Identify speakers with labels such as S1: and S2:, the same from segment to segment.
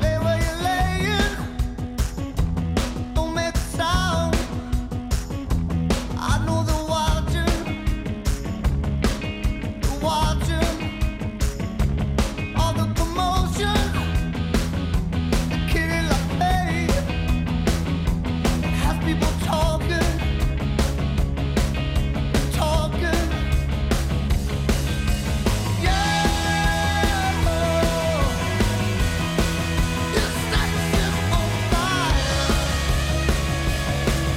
S1: Lay where you're laying. Don't make a sound. I know they're watching. They're watching. All the commotion. They're killing like babe. It has people talking. Talking. Yeah.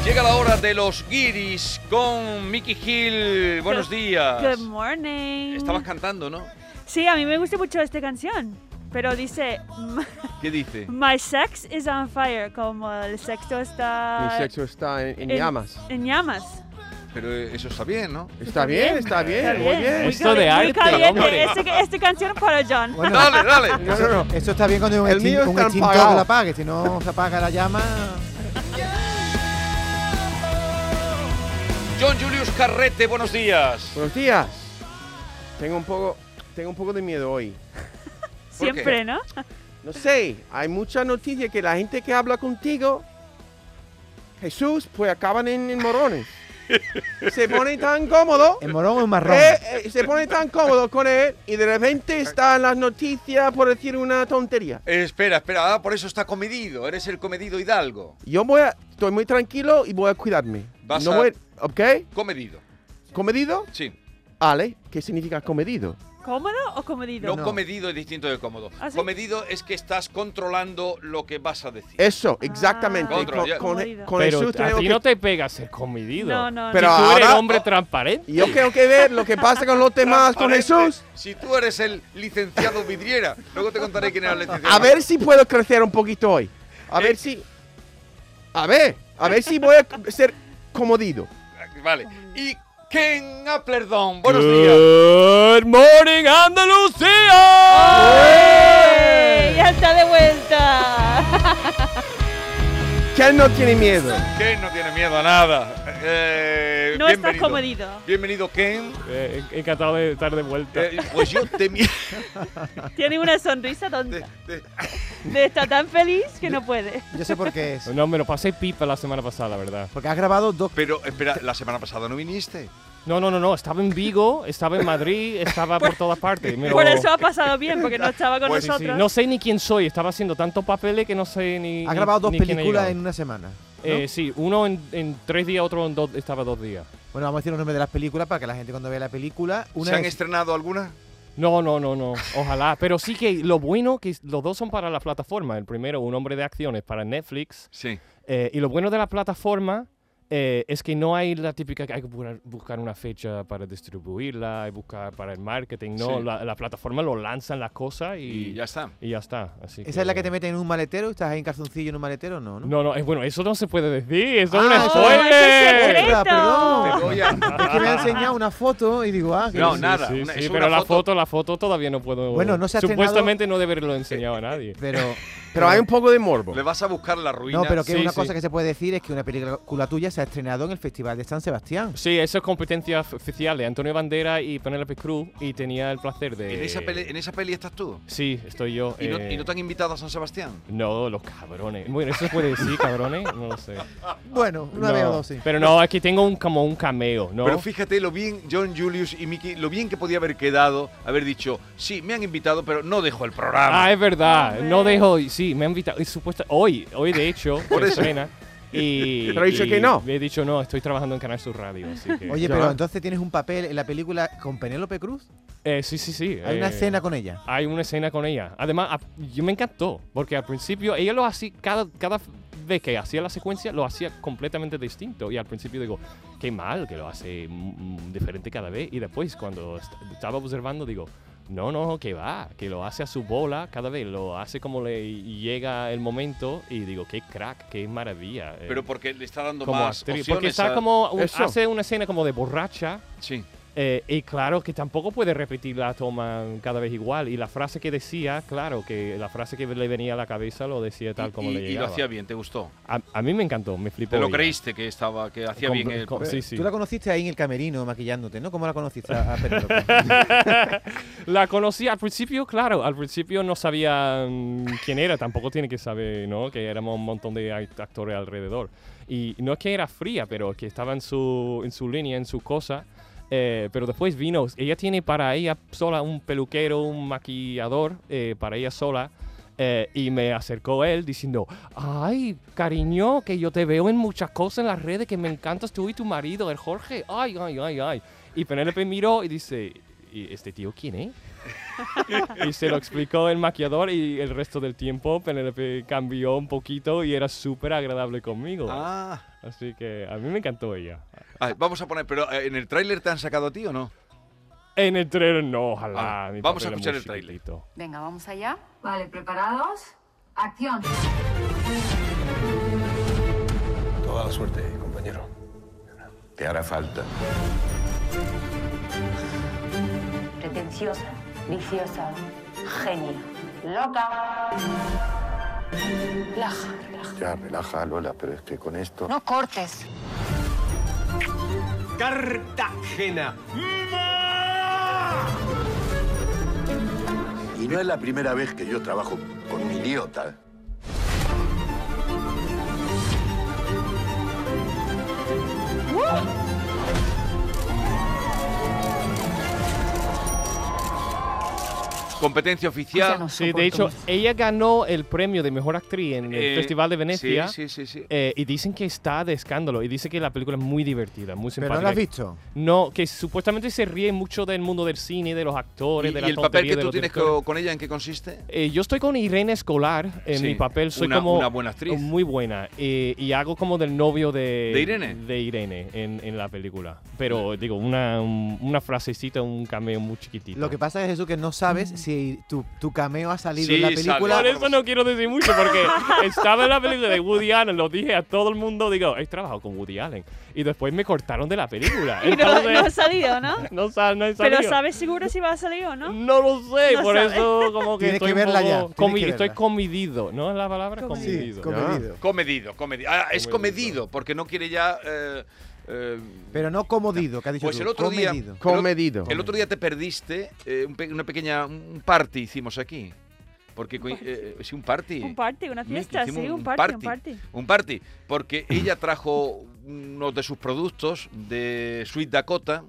S2: Llega la hora de los guiris con Mickey Hill. Buenos días.
S3: Good morning.
S2: Estabas cantando, ¿no?
S3: Sí, a mí me gusta mucho esta canción. Pero dice,
S2: ¿Qué dice?
S3: My sex is on fire, como el sexo está...
S4: Mi sexo está en, en
S3: en-
S4: llamas.
S3: En llamas.
S2: Pero eh, eso está bien, ¿no?
S4: Está bien, está bien, muy bien.
S3: Muy
S5: Esto de
S3: cali- muy
S5: arte,
S3: caliente.
S5: hombre.
S3: Este- esta canción para John.
S6: Bueno,
S2: Dale, dale.
S4: No, no, no.
S6: Eso está bien cuando hay un,
S4: El mío
S6: extin- un
S4: está
S6: extintor que
S4: apagado.
S6: la apague, si no se apaga la llama.
S2: John Julius Carrete, buenos días.
S4: Buenos días. Tengo un poco, tengo un poco de miedo hoy.
S3: Siempre, ¿no?
S4: No sé, hay mucha noticia que la gente que habla contigo, Jesús, pues acaban en, en morones. Se pone tan cómodo.
S6: ¿En morón o en marrón?
S4: eh, eh, se pone tan cómodo con él y de repente están las noticias por decir una tontería.
S2: Eh, espera, espera, ah, por eso está comedido. Eres el comedido Hidalgo.
S4: Yo voy a, estoy muy tranquilo y voy a cuidarme.
S2: Vas
S4: no
S2: a-
S4: voy, ¿Ok?
S2: Comedido,
S4: ¿Comedido?
S2: sí.
S4: Ale, ¿qué significa comedido?
S3: ¿Cómodo o comedido?
S2: No, comedido es distinto de cómodo.
S3: ¿Ah, sí?
S2: Comedido es que estás controlando lo que vas a decir.
S4: Eso, exactamente.
S2: Contra,
S4: con
S2: ya.
S4: con-
S3: Comedido.
S4: con
S5: Pero
S4: Jesús
S5: a
S4: tenemos
S5: ti
S4: que-
S5: no te pegas el comidido.
S3: No, no, no.
S4: Pero
S5: Pero tú eres
S4: ahora-
S5: hombre transparente.
S4: Yo tengo que ver lo que pasa con los demás, con Jesús.
S2: Si tú eres el licenciado vidriera, luego te contaré quién era el licenciado.
S4: A ver si puedo crecer un poquito hoy.
S2: Eh.
S4: A ver si... A ver, a ver si voy a ser comodido.
S2: Vale. Y Ken Applerdon, buenos días.
S5: Good morning,
S2: Ah.
S3: ¡Ey!
S5: Andalucía.
S3: ¡Ya está de vuelta!
S4: ¿Quién no tiene miedo?
S2: Ken no tiene miedo a nada. Eh,
S3: No está
S2: bienvenido.
S3: comedido.
S2: Bienvenido, Ken.
S5: Eh, encantado de estar de vuelta.
S2: Eh, pues yo temía.
S3: Tiene una sonrisa
S2: de-
S3: tonta.
S2: de-
S3: De estar tan feliz que no puede.
S6: Yo sé por qué es.
S5: No, me lo pasé pipa la semana pasada, la verdad.
S6: Porque has grabado dos.
S2: Pero espera, la semana pasada no viniste.
S5: No, no, no, no. Estaba en Vigo, estaba en Madrid, estaba por todas partes. me
S3: Por
S5: lo-
S3: eso ha pasado bien, porque no estaba con
S2: Pues sí,
S5: Sí,
S3: nosotros.
S5: no sé ni quién soy, estaba haciendo tantos papeles que no sé ni.
S6: Has grabado dos
S5: ni quién he
S6: películas
S5: llegado.
S6: en una semana. ¿no?
S5: Eh, sí, uno en, en tres días, otro en dos, estaba dos días.
S6: Bueno, vamos a decir los nombres de las películas para que la gente cuando vea la película. Una
S2: ¿Se han
S6: es-
S2: estrenado alguna?
S5: No, no, no, no. Ojalá. Pero sí que lo bueno que los dos son para la plataforma. El primero, un hombre de acciones para Netflix.
S2: Sí.
S5: Eh, y lo bueno de la plataforma eh, es que no hay la típica que hay que bu- buscar una fecha para distribuirla, hay buscar para el marketing. No,
S2: Sí.
S5: la, la plataforma lo lanzan las cosas y,
S2: Y ya está.
S5: y ya está. Así
S6: ¿Esa es la que te meten en un maletero? ¿Estás ahí en calzoncillo en un maletero? No, ¿no?
S5: No, no, es bueno, eso no se puede decir. Eso
S6: Ah,
S5: es
S3: ¡Oh,
S5: un
S3: ese
S5: spoiler.
S3: es secreto!
S6: Otra, perdón.
S2: Voy a-
S6: Es que me ha enseñado una foto y digo, ah, que
S2: No,
S6: sí.
S2: nada,
S5: Sí,
S2: una-
S5: sí,
S2: es
S5: pero
S2: una
S5: la
S2: foto-
S5: foto, la foto todavía no puedo.
S6: Bueno, no se ha estrenado-
S5: Supuestamente no deberlo enseñado a nadie.
S6: Pero,
S4: Pero hay un poco de morbo.
S2: Le vas a buscar la ruina.
S6: no, pero que
S5: Sí,
S6: una
S5: sí.
S6: cosa que se puede decir es que una película tuya se ha estrenado en el Festival de San Sebastián.
S5: Sí, eso es competencia f- oficial de Antonio Bandera y Penélope Cruz y tenía el placer de...
S2: ¿En, esa peli, en esa peli estás tú.
S5: Sí, estoy yo.
S2: ¿Y, no,
S5: eh,
S2: y no te han invitado a San Sebastián.
S5: no, los cabrones. Bueno, eso se puede decir, cabrones, no lo sé.
S6: Bueno, una
S5: No,
S6: vez o dos, sí.
S5: Pero no, aquí tengo un, como un cameo, ¿no?
S2: Pero fíjate lo bien, John Julius y Mickey, lo bien que podía haber quedado, haber dicho, sí, me han invitado, pero no dejo el programa.
S5: ah, es verdad.
S3: Hombre.
S5: No dejo... Sí, me han invitado. y supuesta, hoy, hoy de hecho,
S2: Por
S5: se
S2: eso.
S5: estrena, Y,
S4: Pero ha dicho
S5: y
S4: que no.
S5: He dicho no, estoy trabajando en Canal Sur Radio, así que...
S6: Oye,
S4: Ya.
S6: pero entonces tienes un papel en la película con Penélope Cruz.
S5: Eh, sí, sí, sí.
S6: Hay una
S5: eh,
S6: escena con ella.
S5: Hay una escena con ella. Además, a- yo me encantó, porque al principio ella lo hacía, cada, cada vez que hacía la secuencia, lo hacía completamente distinto. Y al principio digo, qué mal que lo hace mm, diferente cada vez. Y después, cuando est- estaba observando, digo, no, no, que va, que lo hace a su bola cada vez, lo hace como le llega el momento. Y digo, qué crack, qué maravilla. eh,
S2: Pero porque le está dando
S5: como
S2: más
S5: actriz,
S2: opciones
S5: porque está
S2: a-
S5: como un-
S4: Eso.
S5: hace una escena como de borracha
S2: Sí.
S5: Eh, y claro que tampoco puede repetir la toma cada vez igual. Y la frase que decía, claro, que la frase que le venía a la cabeza lo decía tal como
S2: y,
S5: le
S2: y
S5: llegaba.
S2: lo hacía bien, ¿te gustó?
S5: a, a mí me encantó, me flipó.
S2: ¿Te lo
S5: ya.
S2: creíste que estaba que hacía
S5: Com-
S2: bien el
S5: com- sí, sí.
S6: Tú la conociste ahí en el camerino maquillándote, ¿no? ¿Cómo la conociste Ah, a, a Penélope?
S5: La conocí al principio, claro, al principio no sabía mm, quién era, tampoco tiene que saber, ¿no? Que éramos un montón de act- actores alrededor. Y no es que era fría, pero que estaba en su, en su línea, en su cosa. Eh, pero después vino, ella tiene para ella sola un peluquero, un maquillador, eh, para ella sola. Eh, y me acercó él diciendo, ay, cariño, que yo te veo en muchas cosas en las redes, que me encantas tú y tu marido, el Jorge. Ay, ay, ay, ay. Y Penélope miró y dice, ¿y este tío quién es? y se lo explicó el maquillador y el resto del tiempo Penélope cambió un poquito y era súper agradable conmigo.
S2: Ah.
S5: Así que a mí me encantó ella.
S2: Ah, vamos a poner, pero eh, ¿en el tráiler te han sacado a ti o no?
S5: En el tren, no, ojalá.
S2: Ah,
S5: mi
S2: vamos
S5: papel
S2: a
S5: es
S2: escuchar
S5: muy
S2: el tráiler.
S5: chiquitito.
S7: Venga, vamos allá. Vale, preparados. Acción.
S8: Toda la suerte, compañero. Te hará falta.
S7: Pretenciosa, viciosa, genio, loca. Laja, laja.
S8: Ya, relaja, Lola, pero es que con esto...
S7: No cortes.
S8: Y no es la primera vez que yo trabajo con un idiota.
S2: Competencia oficial.
S7: Escúchanos,
S5: Sí, de hecho,
S7: oportunistas.
S5: ella ganó el premio de mejor actriz en el
S2: eh,
S5: Festival de Venecia.
S2: Sí, sí, sí. sí.
S5: Eh, y dicen que está de escándalo. Y dice que la película es muy divertida, muy
S6: ¿Pero
S5: simpática.
S6: no la has visto?
S5: No, que supuestamente se ríe mucho del mundo del cine, de los actores,
S2: ¿Y,
S5: de
S2: y
S5: la
S2: el papel
S5: tontería
S2: que
S5: de
S2: tú
S5: los
S2: tienes
S5: directores.
S2: co- con ella en qué consiste?
S5: Eh, yo estoy con Irene Escolar en
S2: Sí,
S5: mi papel, soy
S2: una-
S5: como
S2: una buena actriz.
S5: muy buena eh, y hago como del novio de,
S2: ¿De Irene?
S5: de Irene en, en la película. Pero digo una, un- una frasecita, un cameo muy chiquitito.
S6: Lo que pasa es, Jesús, que no sabes si tu, tu cameo ha salido
S2: Sí,
S6: en la
S2: sale.
S6: película.
S5: por eso no quiero decir mucho, porque estaba en la película de Woody Allen, lo dije a todo el mundo, digo, he trabajado con Woody Allen. Y después me cortaron de la película.
S3: Y no,
S5: Entonces,
S3: no ha salido, ¿no?
S5: no sal- no he
S3: Pero
S5: salido.
S3: sabes seguro si va a salir o no.
S5: No lo sé,
S3: No
S5: por
S3: sabe.
S5: eso como que
S6: Tienes
S5: estoy
S6: que
S5: un
S6: verla
S5: poco
S6: ya, tienes
S5: comi-
S6: que
S5: estoy
S6: verla.
S5: comedido, ¿no es la palabra?
S3: Comedido.
S6: Sí,
S5: Comedido. Ah.
S6: comedido.
S2: Comedido, comedido. Ah, es
S5: Comedido.
S2: comedido, porque no quiere ya. eh, eh,
S6: Pero no comodido, que has dicho
S2: Pues
S6: tú,
S2: el otro día-
S6: comedido.
S4: Comedido.
S2: el otro día te perdiste eh, un pe- una pequeña un party hicimos aquí. Porque co- eh, sí, un party.
S3: Un party, una
S2: Miki,
S3: fiesta,
S2: hicimos
S3: sí, un
S2: un
S3: party, un
S2: party.
S3: party.
S2: Un party, porque ella trajo uno de sus productos de Sweet Dakota,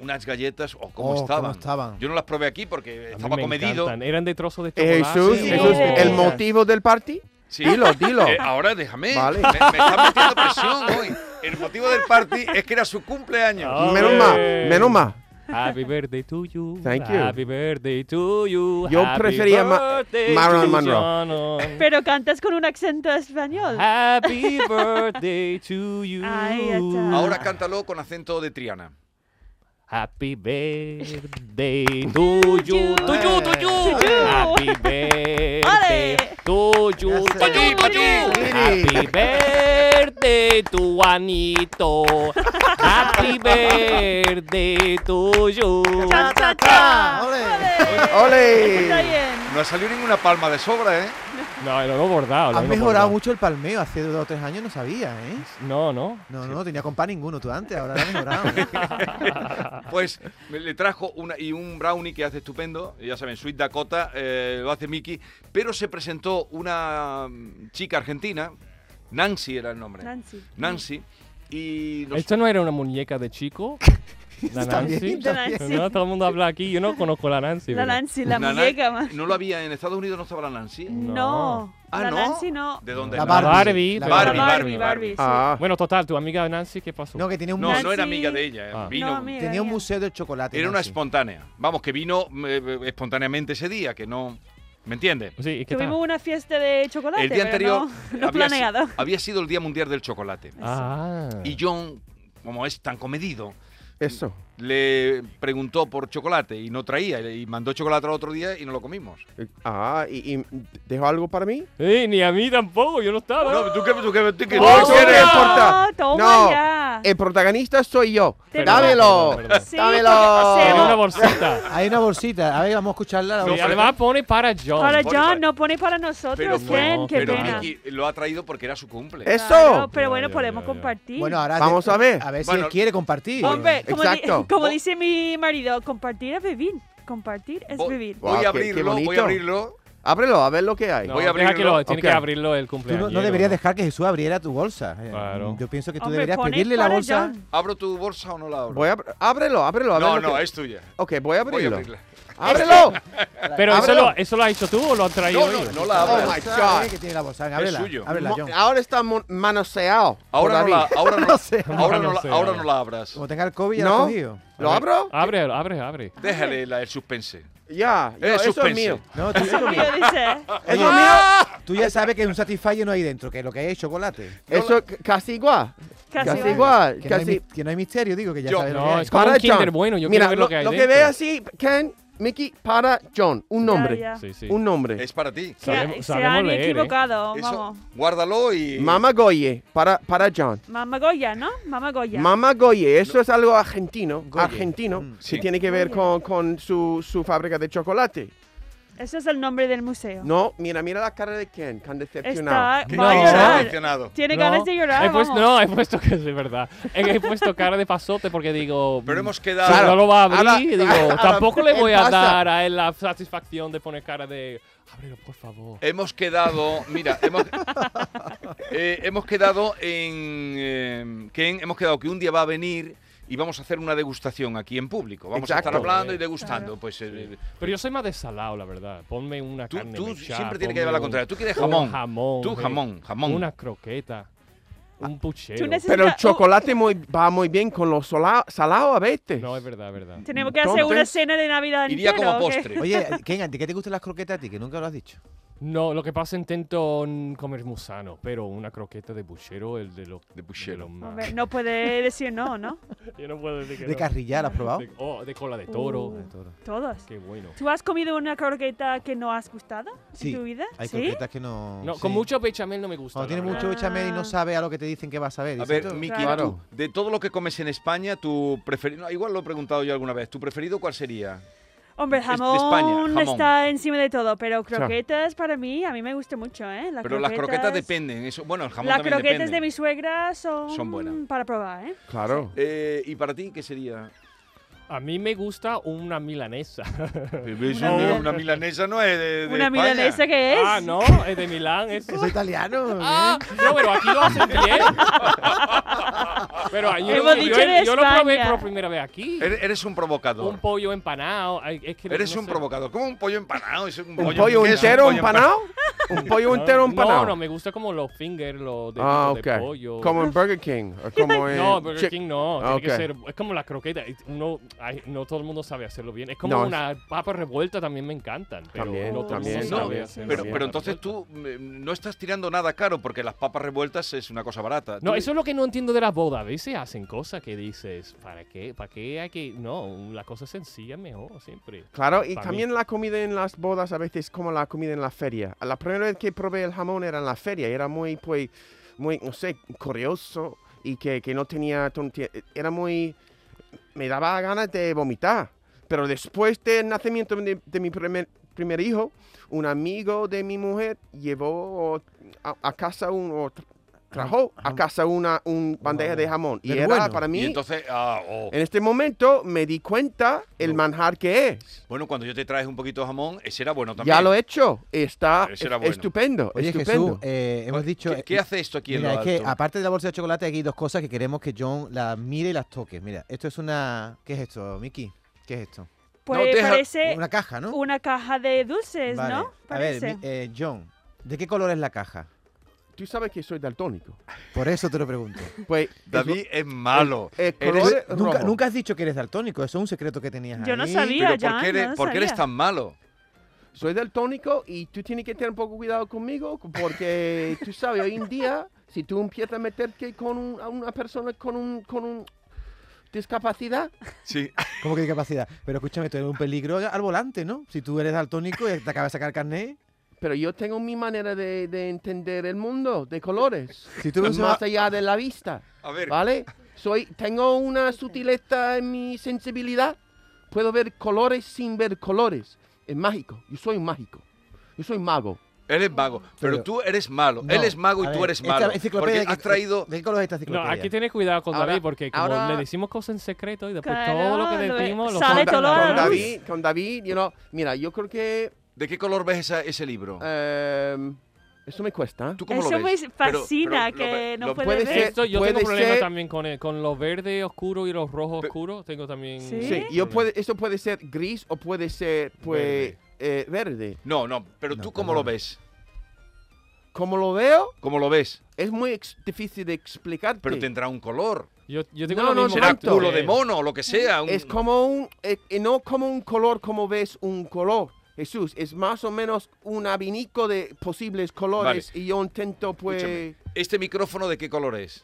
S2: unas galletas, o cómo
S6: Oh, cómo
S2: estaban.
S6: estaban.
S2: Yo no las probé aquí porque
S5: A mí
S2: estaba
S5: me
S2: comedido.
S5: encantan. Eran de trozos de
S4: Eh,
S5: chocolate.
S4: Jesús,
S3: Sí.
S4: Jesús,
S3: Sí.
S4: ¿el motivo del party?
S2: Sí.
S4: Dilo, dilo.
S2: Eh, ahora déjame.
S4: Vale.
S2: Me, me está metiendo presión hoy. El motivo del party es que era su cumpleaños.
S5: Ah.
S4: menos más,
S5: Hombre.
S4: menos más.
S5: Happy birthday to you.
S4: Thank you.
S5: Happy birthday to you.
S4: Yo
S5: Happy
S4: prefería Ma-
S5: birthday
S4: Marilyn
S5: to
S4: Monroe.
S5: Ah, John.
S3: Pero cantas con un acento español.
S5: Happy birthday to you.
S3: Ahí está.
S2: Ahora cántalo con acento de Triana.
S5: Happy birthday to you. To you, to you.
S3: To you.
S5: Happy birthday
S3: Ale.
S5: to you.
S6: Ya
S5: To you,
S6: sé.
S5: to you.
S6: Liri.
S5: Happy birthday to Juanito. Happy birthday to you.
S3: Cha, cha, cha.
S6: Ole.
S4: Ole.
S3: Está bien.
S2: No ha salido ninguna palma de sobra, ¿eh?
S5: No, lo he bordado. lo
S6: Has
S5: hemos
S6: mejorado
S5: bordado.
S6: mucho el palmeo. Hace dos o tres años no sabía, ¿eh?
S5: No, no.
S6: No, no, no tenía compa ninguno tú antes, ahora lo has mejorado. ¿eh?
S2: Pues me- le trajo una, y un brownie que hace estupendo. Ya saben, Sweet Dakota, eh, lo hace Mickey. Pero se presentó una mm, chica argentina, Nancy era el nombre.
S3: Nancy.
S2: Nancy. Y nos-
S5: Esto no era una muñeca de chico. La
S6: Está
S5: Nancy.
S6: bien,
S3: está bien.
S5: No, todo el mundo habla aquí. Yo no conozco a la Nancy.
S3: La
S5: pero-
S3: Nancy, la
S2: Nana-
S3: muñeca más.
S2: No lo había, en Estados Unidos no estaba la Nancy.
S3: No.
S2: Ah,
S3: La
S2: no.
S3: Nancy no.
S2: ¿De dónde?
S6: La
S2: era?
S6: Barbie.
S5: La
S6: La
S5: Barbie,
S3: Barbie,
S5: pero-
S3: Barbie,
S2: Barbie,
S3: Barbie,
S2: Barbie.
S3: sí.
S4: Ah,
S5: Bueno, total, tu amiga Nancy, ¿qué pasó?
S6: No, que tenía un,
S2: No,
S6: museo,
S2: no era
S3: Nancy-
S2: amiga de ella. eh,
S5: Ah.
S2: Vino,
S3: No, amiga,
S6: tenía un
S3: ya.
S6: museo de chocolate.
S2: Era una
S6: Nancy.
S2: espontánea. Vamos, que vino eh, espontáneamente ese día, que no. ¿Me entiendes?
S5: Sí, ¿y qué tal?
S3: Tuvimos una fiesta de chocolate.
S2: El día
S3: pero
S2: anterior
S3: No, no
S2: había, si-
S3: planeado.
S2: había sido el Día Mundial del Chocolate.
S5: Ah.
S2: Y John, como es tan comedido,
S4: eso.
S2: le preguntó por chocolate y no traía. Y mandó chocolate al otro día y no lo comimos.
S4: Ah, ¿y, y dejó algo para mí?
S5: Eh, ni a mí tampoco, yo no estaba.
S2: No, ¿tú qué, tú qué- tú qué-
S4: Oh,
S2: tú qué
S4: no.
S2: eres?
S4: importa.
S3: No, toma
S4: No.
S3: ya.
S4: el protagonista soy yo.
S3: Te-
S4: Dámelo.
S5: perdón, perdón.
S3: Sí,
S4: Dámelo.
S3: porque
S5: Hay
S3: se-
S5: una bolsita.
S6: Oh. Hay una bolsita. A ver, vamos a escucharla. la
S5: Sí,
S6: bolsita.
S5: además pone para John.
S3: Para
S2: Pone para-
S3: John, no pone para nosotros.
S2: Pero,
S5: fue-
S3: Ken,
S5: no,
S3: qué
S2: pero
S3: pena.
S2: Miki lo ha traído porque era su cumple.
S4: Eso.
S3: Claro, pero
S5: Ya,
S3: bueno,
S5: ya,
S3: podemos
S5: ya, ya.
S3: compartir.
S6: Bueno, ahora.
S4: Vamos a ver.
S6: A ver si
S2: Bueno,
S6: él quiere compartir.
S3: Hombre, como, di-
S4: Exacto.
S3: como
S2: Oh.
S3: dice mi marido, compartir es vivir. Compartir es
S2: Vo-
S3: vivir.
S4: Wow,
S2: Voy
S4: qué- qué
S2: a abrirlo, voy
S4: bonito.
S2: a abrirlo.
S4: Ábrelo, a ver lo que hay.
S5: No,
S2: Voy a
S5: deja que lo-
S2: abrirlo.
S5: tiene
S4: Ok.
S5: que abrirlo el
S6: Tú no-
S5: cumpleaños.
S6: no, deberías dejar que Jesús abriera tu bolsa. Eh,
S5: Claro.
S6: Yo pienso que tú
S3: Hombre,
S6: deberías
S3: pone
S6: pedirle la
S3: para
S6: bolsa.
S3: John.
S2: ¿Abro tu bolsa o no la abro?
S4: Voy a abr- ábrelo, ábrelo, a ver
S2: no,
S4: lo
S2: no,
S4: que-
S2: es tuya.
S4: Ok, voy a
S2: Voy a
S4: abrirlo.
S2: abrirla.
S4: ¡Ábrelo!
S5: Pero eso
S4: Ábrelo.
S5: lo, eso lo has hecho tú o lo han traído
S2: No, no,
S5: ellos?
S2: no la
S4: Oh
S2: abro.
S4: my
S6: Esa,
S4: God.
S6: eh, que tiene la bolsa. Venga, ábrela.
S2: suyo.
S6: Ábrela,
S4: Mo-
S6: John.
S4: Ahora está mon- manoseado. por
S2: Ahora no, la,
S4: David.
S2: ahora, no,
S6: No sé.
S2: ahora, no, la-
S5: No sé,
S2: ahora
S5: no.
S2: no la abras.
S6: Como tenga el COVID, ya
S4: ¿No?
S6: lo ha cogido.
S4: ¿Lo abro?
S5: Abre, abre, abre.
S2: Déjale la, el suspense.
S4: Ya, ya,
S2: Eh,
S4: eso es
S2: suspense. Ah.
S4: mío.
S6: No, tú,
S3: Eso es mío, dice.
S4: Eso es
S6: Oye,
S4: mío.
S6: tú ya sabes que un Satisfyer no hay dentro, que lo que hay es chocolate.
S4: Eso es c- casi igual.
S3: Casi
S4: Casi
S3: igual.
S4: igual.
S6: Que, no, hay,
S4: Casi.
S6: mi- que no hay misterio, digo, que ya
S2: Yo-
S6: sabes lo que
S5: No,
S6: hay.
S5: es como un
S4: Para John.
S5: Kinder bueno. Yo
S4: Mira,
S5: quiero ver
S4: lo,
S5: lo que hay
S4: lo que
S5: dentro.
S4: ve así, Ken, Mickey, para John. Un nombre.
S3: Ya, ya.
S5: Sí, sí.
S4: Un nombre.
S2: Es para ti.
S3: Se ha-
S5: Sabemos-
S3: se
S5: sabemos
S3: han
S5: leer, ¿eh?
S3: equivocado,
S2: Eso,
S3: vamos.
S2: guárdalo y.
S4: Mama Goye, para, para John.
S3: Mamá Goya, ¿no? Mamá Goya.
S4: Mama Goye, eso es algo argentino,
S6: Goye.
S4: argentino,
S6: Mm.
S2: Sí.
S4: que tiene que ver con, con su, su fábrica de chocolate.
S3: Ese es el nombre del museo.
S4: No, mira, mira la cara de Ken, tan decepcionado.
S3: Está,
S2: ¿Qué-
S3: va a
S2: qué
S5: No.
S2: se ha
S3: llorar.
S2: decepcionado?
S3: Tiene
S5: No,
S3: ganas de llorar,
S5: he puesto-
S3: vamos.
S5: no, he puesto que es de verdad. He, he puesto cara de pasote porque digo.
S2: Pero
S5: mm,
S2: hemos
S5: si
S2: quedado.
S5: no lo va a abrir.
S4: ahora-
S5: digo,
S4: ahora-
S5: tampoco le
S4: ¿qué
S5: voy a
S4: pasa?
S5: dar a él la satisfacción de poner cara de. Ábrelo, por favor.
S2: Hemos quedado, mira, hemos, eh, hemos quedado en eh, Ken, hemos quedado que un día va a venir y vamos a hacer una degustación aquí en público. Vamos a estar
S4: Exacto.
S2: hablando y degustando. Pues eh,
S5: Pero yo soy más desalado, la verdad. Ponme una
S2: tú,
S5: carne
S2: tú
S5: mechada,
S2: siempre
S5: ponme
S2: tienes que llevar la
S5: un-
S2: contraria. Tú quieres
S5: un
S2: jamón.
S5: jamón.
S2: Tú
S5: sí.
S2: jamón, jamón.
S5: Una croqueta. Un puchero.
S3: Tú necesitas-
S4: Pero el
S3: Necesita-
S4: chocolate muy, va muy bien con los sola- salado a veces.
S5: No, es verdad, es verdad. Mm.
S3: Tenemos que hacer una
S4: Entonces,
S3: cena de Navidad
S2: Iría
S3: entera,
S2: como
S3: ¿o qué?
S2: postre.
S6: Oye, eh, Ken, ¿a ti qué te gustan las croquetas a ti? Que nunca lo has dicho.
S5: No, lo que pasa intento mm, comer musano, pero una croqueta de puchero, el de lo.
S2: De puchero.
S5: lo más-
S3: Hombre, no puede decir no, ¿no?
S5: Yo no puedo decir que
S6: De
S5: no.
S6: carrillar, ¿has probado?
S5: De, oh, de
S2: Ah,
S5: cola de toro.
S3: Uh.
S6: Toro.
S3: Todos.
S5: Qué bueno.
S3: ¿Tú has comido una croqueta que no has gustado
S6: Sí,
S3: en tu vida?
S6: Hay
S3: ¿Sí?
S6: croquetas que no.
S5: No,
S6: sí.
S5: con mucho bechamel no me gusta.
S6: Cuando
S5: la
S6: tiene
S5: verdad.
S6: mucho bechamel y no sabe a lo que te dicen que va a saber.
S2: A
S6: dice
S2: ver,
S6: tú.
S2: Miki,
S3: Claro.
S2: tú, de todo lo que comes en España, tu preferido, igual lo he preguntado yo alguna vez, ¿tu preferido cuál sería?
S3: Hombre,
S2: Es de
S3: jamón,
S2: España, jamón.
S3: está encima de todo, pero croquetas para mí, a mí me gusta mucho, ¿eh?
S2: Pero las croquetas dependen. Eso, bueno, el jamón
S3: Las
S2: también
S3: croquetas
S2: depende.
S3: de mi suegra son,
S2: Son buenas.
S3: para probar, ¿eh?
S4: Claro.
S2: Eh, ¿Y para ti qué sería?
S5: A mí me gusta una milanesa.
S2: Una, milanesa no es de, de
S3: una
S2: España.
S3: milanesa que es.
S5: Ah, no, es de Milán. Es...
S6: Es italiano. ¿eh?
S5: Ah, no, pero aquí lo hacen bien. pero yo,
S3: Hemos
S5: yo-
S3: dicho
S5: yo-
S3: de
S5: yo lo probé
S3: España.
S5: por primera vez aquí.
S2: Eres eres un provocador.
S5: Un pollo empanado. ay, es que no-
S2: Eres
S5: no
S2: un
S5: sé.
S2: provocador. ¿Cómo un pollo empanado? Es un,
S4: ¿Un
S2: en
S4: pollo
S2: queso,
S4: entero
S2: pollo
S4: empanado? ¿Un pollo entero
S5: No,
S4: empanado?
S5: no, me gusta como los fingers, los de,
S4: ah,
S5: de pollo.
S4: ok. Como en Burger King. o Como en
S5: No, Burger
S4: Chick-
S5: King no.
S4: Ah,
S5: Tiene que
S4: ok.
S5: ser, es como la croqueta. y Uno, ay, no todo el mundo sabe hacerlo bien. Es como
S4: No, es-
S5: una papa revuelta también me encantan. Pero
S4: También,
S5: no todo el mundo
S4: también,
S5: sabe
S4: también,
S5: hacer
S2: Pero,
S5: una
S2: pero
S5: papa
S2: entonces
S5: revuelta.
S2: tú eh, no estás tirando nada caro porque las papas revueltas es una cosa barata.
S5: No,
S2: Tú-
S5: eso es lo que no entiendo de las bodas. A veces hacen cosas que dices, ¿para qué? ¿Para qué hay que.? No, la cosa sencilla es mejor siempre.
S4: Claro, y
S5: Pa' mí.
S4: también la comida en las bodas a veces es como la comida en la feria. La primera vez que probé el jamón era en la feria, era muy, pues, muy, no sé, curioso y que, que no tenía, tonti- era muy, me daba ganas de vomitar. Pero después del nacimiento de, de mi primer, primer hijo, un amigo de mi mujer llevó a, a casa un, o tra- trajo a
S6: Jam-
S4: casa una un bandeja de jamón. Y
S6: Del
S4: era
S6: bueno.
S4: para mí,
S2: Y entonces, ah, oh.
S4: en este momento me di cuenta el manjar que es.
S2: bueno, cuando yo te traes un poquito de jamón, ese era bueno también.
S4: Ya lo he hecho. Está
S2: Ese era bueno.
S4: estupendo.
S6: Oye,
S4: estupendo.
S6: Jesús, eh, hemos dicho.
S2: ¿Qué, qué hace esto aquí en
S6: Mira,
S2: lo
S6: es que
S2: alto?
S6: aparte de la bolsa de chocolate, aquí hay dos cosas que queremos que John las mire y las toque. Mira, esto es una. ¿Qué es esto, Miki? ¿Qué es esto?
S3: Pues
S2: No, deja-
S3: parece
S6: Una caja, ¿no?
S3: una caja de dulces,
S6: Vale.
S3: ¿no?
S6: A ver,
S3: Parece.
S6: mi- eh, John, ¿de qué color es la caja?
S4: Tú sabes que soy daltónico.
S6: Por eso te lo pregunto.
S4: Pues
S2: David es malo.
S4: el, el
S2: Eres-
S4: color es
S6: nunca,
S4: rojo.
S6: nunca has dicho que eres daltónico, eso es un secreto que tenías.
S3: Yo no
S6: ahí.
S3: sabía.
S2: Pero
S3: Jan,
S2: ¿por qué eres,
S3: Ah, no lo
S2: por qué eres
S3: sabía.
S2: tan malo?
S4: Soy daltónico y tú tienes que tener un poco cuidado conmigo porque tú sabes, hoy en día, si tú empiezas a meterte con un- a una persona con un, con un discapacidad,
S2: Sí.
S6: ¿Cómo que discapacidad? Pero escúchame, tú eres un peligro al volante, ¿no? Si tú eres daltónico y te acabas de sacar el carnet.
S4: Pero yo tengo mi manera de, de entender el mundo de colores.
S6: Si tú ves una-
S4: más allá de la vista.
S2: A ver.
S4: ¿Vale? Soy, tengo una sutileza en mi sensibilidad. Puedo ver colores sin ver colores. Es mágico. Yo soy un mágico. Yo soy mago.
S2: Él es mago, pero,
S6: Pero-
S2: tú eres malo.
S6: No,
S2: Él es mago y
S6: a
S2: tú
S6: ver,
S2: eres
S6: esta
S2: malo.
S6: enciclopedia
S2: Porque
S6: que-
S2: has traído.
S6: ¿De qué color es esta
S5: No,
S6: enciclopedia?
S5: aquí tienes cuidado con
S4: Ahora-
S5: David porque como
S4: ahora-
S5: le decimos cosas en secreto y después
S3: Claro,
S5: todo lo que
S3: lo-
S5: decimos lo
S3: sale
S5: cortan
S3: todo
S5: a la
S3: a
S4: con
S3: la
S5: luz.
S4: David, con David, you know, mira, yo creo que
S2: ¿De qué color ves esa- ese libro?
S4: em, eso me cuesta.
S2: ¿Tú cómo
S3: Eso
S2: lo ves?
S3: me
S2: Pero- pero
S3: fascina
S2: lo
S3: que
S2: ve-
S3: no
S2: lo-
S3: puede
S4: puede
S3: ver.
S4: ser-
S5: Esto, yo
S4: puede
S5: tengo problemas
S4: ser-
S5: también con, el- con los verdes oscuros y los rojos
S2: Pe-
S5: oscuros. Tengo también...
S3: Sí.
S4: Sí, yo puede, eso puede ser gris o puede ser
S5: Verde.
S4: pues eh, verde.
S2: No, no, pero
S6: No,
S2: tú cómo lo
S6: perdona.
S2: ves.
S4: Como lo veo,
S2: ¿Cómo lo ves?
S4: es muy ex- difícil de explicarte.
S2: Pero tendrá un color.
S5: Yo, yo tengo
S4: No,
S5: lo
S4: no,
S5: mismo
S4: no,
S2: Será
S4: Exacto.
S2: culo de mono o lo que sea. un-
S4: Es como un, eh, eh, no como un color como ves un color. Jesús, es más o menos un abanico de posibles colores y yo intento pues...
S2: Escúchame, ¿Este micrófono de qué color es?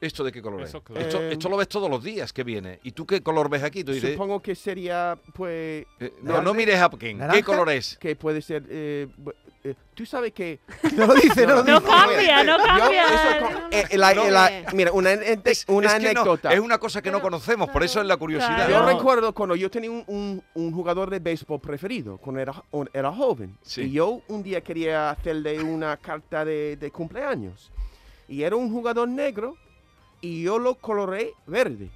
S2: ¿Esto de qué color
S5: Eso,
S2: es?
S5: claro.
S2: Esto,
S4: Eh,
S2: esto lo ves todos los días que viene. ¿Y tú qué color ves aquí? Tú dices,
S4: Supongo que sería pues...
S2: eh, no, no mires a Hopkins. ¿Qué
S6: ¿Naranja?
S2: color es?
S4: Que puede ser... eh, bu- eh, Tú sabes que...
S6: No lo dice, no lo
S3: No
S6: dice.
S3: cambia, no
S4: eh, Yo- eso
S3: cambia.
S4: con- eh, la-
S2: No.
S4: la- mira, una, ante- una
S2: Es que no,
S4: anécdota.
S2: es una cosa que no conocemos, por eso es la curiosidad.
S4: Yo
S3: No.
S4: recuerdo cuando yo tenía un, un- un jugador de béisbol preferido, cuando era, jo- era joven.
S2: Sí.
S4: Y yo un día quería hacerle una carta de, de cumpleaños. Y era un jugador negro y yo lo coloré verde.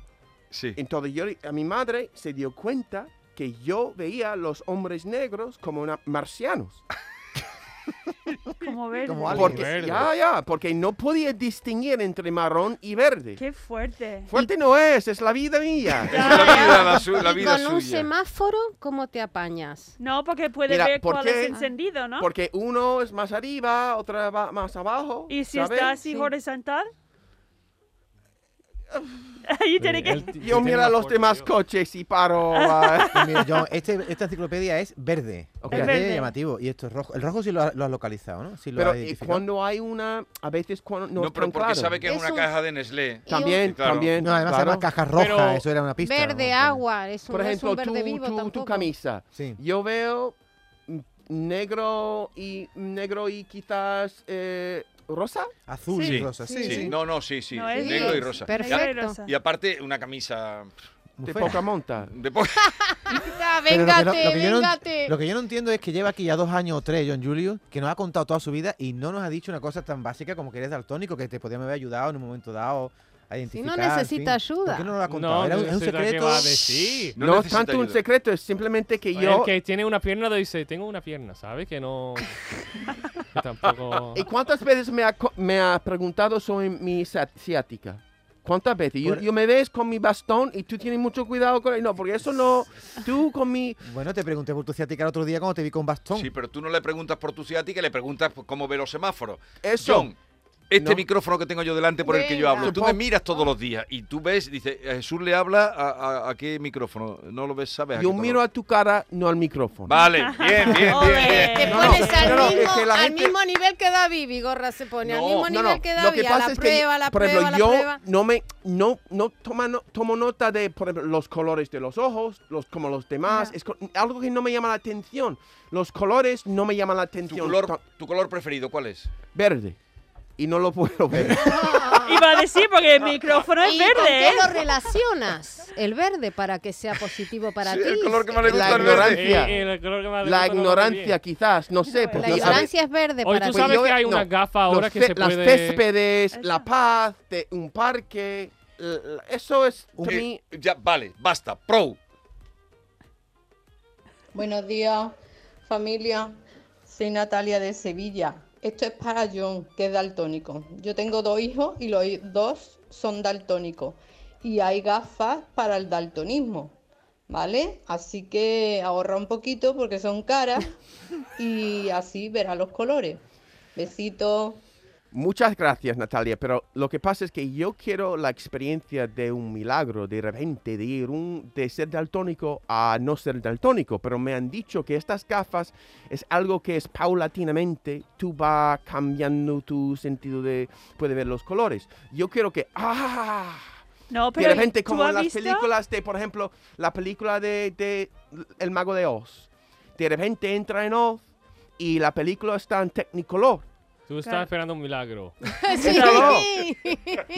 S2: Sí.
S4: Entonces yo, a mi madre se dio cuenta que yo veía a los hombres negros como una, marcianos.
S3: Como verde.
S6: Como algo.
S4: Porque,
S5: verde.
S4: ya, ya, porque no podía distinguir entre marrón y verde.
S3: Qué fuerte.
S4: Fuerte no es, es la vida mía.
S2: Es la vida, la su- la
S9: Y
S2: vida
S9: con un
S2: suya.
S9: semáforo, ¿cómo te apañas?
S3: No, porque puede
S4: Mira,
S3: ver
S4: ¿por
S3: cuál
S4: qué?
S3: es encendido, ¿no?
S4: Porque uno es más arriba, otra va más abajo.
S3: Y si
S4: ¿sabes?
S3: está así
S9: Sí.
S3: horizontal. Ahí tiene que.
S5: Él t-
S4: Yo
S5: tiene
S4: miro
S5: más
S4: a los
S5: fuerte
S4: demás
S5: que yo.
S4: coches y paro. ah.
S6: Pues mira, John, este- esta enciclopedia es verde.
S4: Ok.
S6: Es
S3: Es
S6: verde
S3: verde.
S6: llamativo. Y esto es rojo. El rojo sí lo, ha- lo has localizado, ¿no? Sí lo
S4: Pero
S6: has
S4: eh,
S6: identificado.
S4: cuando hay una, a veces cuando no,
S2: No,
S4: es
S2: pero
S4: tan
S2: porque
S4: claro.
S2: sabe que es
S9: Es
S2: una
S9: un-
S2: caja de Nestlé.
S4: También,
S2: Sí, claro.
S4: también.
S6: No, además se
S4: claro.
S6: llama caja roja.
S5: Pero-
S6: eso era una pista.
S9: Verde,
S6: ¿no?
S9: agua, es un,
S4: Por
S9: no es
S4: ejemplo,
S9: un verde
S4: tú-
S9: vivo
S4: tú- tu
S9: tampoco.
S4: camisa.
S6: Sí.
S4: Yo veo mm, negro y negro y quizás eh, rosa.
S6: Azul
S2: Sí,
S6: y rosa. Sí,
S2: Sí,
S6: sí.
S2: No, no, sí, sí.
S3: No, es
S2: negro y
S3: gris.
S2: rosa.
S9: Perfecto.
S3: Negro y rosa.
S2: Y aparte, una camisa
S6: Muy
S4: De
S6: fea.
S4: poca monta.
S2: de po-
S9: Ya,
S6: Pero lo que no-
S9: véngate,
S6: lo que yo no-
S9: véngate.
S6: Lo que yo no entiendo es que lleva aquí ya dos años o tres John Julius, que nos ha contado toda su vida y no nos ha dicho una cosa tan básica como que eres daltónico, que te podíamos haber ayudado en un momento dado a identificar. en
S9: necesita
S6: fin.
S9: ayuda.
S6: ¿Por qué no nos lo ha contado?
S5: No,
S6: Era un-
S5: no
S6: es un
S5: sé la que
S6: secreto.
S5: va a decir.
S2: No
S4: No, es
S2: necesita
S4: tanto un
S2: ayuda.
S4: secreto, es simplemente que
S5: El
S4: yo...
S5: que tiene una pierna dice, tengo una pierna, ¿sabes? Que no... que tampoco...
S4: ¿Y cuántas veces me ha, co- me ha preguntado sobre mi sa- ciática? ¿Cuántas veces? Yo,
S6: Por-
S4: yo me ves con mi bastón y tú tienes mucho cuidado con él. No, porque eso no. Tú con mi.
S6: Bueno, te pregunté por tu ciática el otro día cuando te vi con bastón.
S2: Sí, pero tú no le preguntas por tu ciática, le preguntas por cómo ve los semáforos.
S4: Eso.
S2: John, este
S4: No.
S2: micrófono que tengo yo delante por el que yo
S9: Venga.
S2: hablo, tú me
S4: Supongo-
S2: miras todos los días y tú ves, dice, "A Jesús le habla a, a- a qué micrófono, no lo ves, sabes.
S4: Yo miro a tu cara, no al micrófono.
S2: Vale, bien, bien, bien,
S3: Ole.
S2: bien.
S9: Te
S4: No,
S9: pones
S4: no,
S9: al,
S4: no, no,
S9: mismo,
S4: es que la
S9: al
S4: gente-
S9: mismo nivel que David, Vigorra se pone, al
S2: No,
S9: mismo
S4: No,
S9: nivel
S4: no.
S9: que
S4: Lo
S9: David,
S4: que
S9: a
S4: pasa
S9: la
S4: es que,
S9: prueba, la
S4: por ejemplo,
S9: prueba, la
S4: yo
S9: prueba.
S4: no me, no, no, toma, no tomo nota de, por ejemplo, los colores de los ojos, los como los demás.
S3: Ajá.
S4: Es co- algo que no me llama la atención. Los colores no me llaman la
S2: ¿Tu
S4: atención.
S2: color,
S4: Tan-
S2: ¿Tu color preferido cuál es?
S4: Verde. Y no lo puedo ver.
S3: Iba a decir porque el micrófono es
S9: ¿Y con
S3: verde,
S9: qué
S3: ¿eh?
S9: lo relacionas? El verde para que sea positivo para
S2: Sí,
S9: ti.
S2: el color que más le gusta
S4: La
S2: al verde.
S4: ignorancia.
S5: Eh, eh, el color que más le
S4: la
S5: gusta no lo
S4: ignorancia, quizás. No sé.
S3: La
S4: Porque
S9: La
S4: yo sab-
S9: ignorancia es verde
S5: Oye,
S9: para
S5: tú
S9: ti.
S5: sabes
S4: yo-
S5: que hay
S4: no,
S5: una gafa
S4: los
S5: ahora que
S4: ce-
S5: se
S4: las
S5: puede...
S4: céspedes,
S3: Eso.
S4: la paz, de un parque. l- l- Eso es to
S2: Eh,
S4: me-
S2: ya, vale, basta, pro.
S10: Buenos días, familia. Soy Natalia de Sevilla. Esto es para John, que es daltónico. Yo tengo dos hijos y los dos son daltónicos. Y hay gafas para el daltonismo, ¿vale? Así que ahorra un poquito porque son caras y así verá los colores. Besitos.
S4: Muchas gracias, Natalia. Pero lo que pasa es que yo quiero la experiencia de un milagro, de repente, de ir un, de ser daltónico a no ser daltónico. Pero me han dicho que estas gafas es algo que es paulatinamente, tú vas cambiando tu sentido de, puede ver los colores. Yo quiero que, ¡ah!
S3: No,
S4: de
S3: Oh, pero
S4: repente
S3: ¿tú
S4: como
S3: has
S4: las
S3: visto?
S4: películas de por ejemplo la película de, de El Mago de Oz de repente entra en Oz y la película está en Technicolor.
S5: Tú estás
S4: Claro.
S5: esperando un milagro.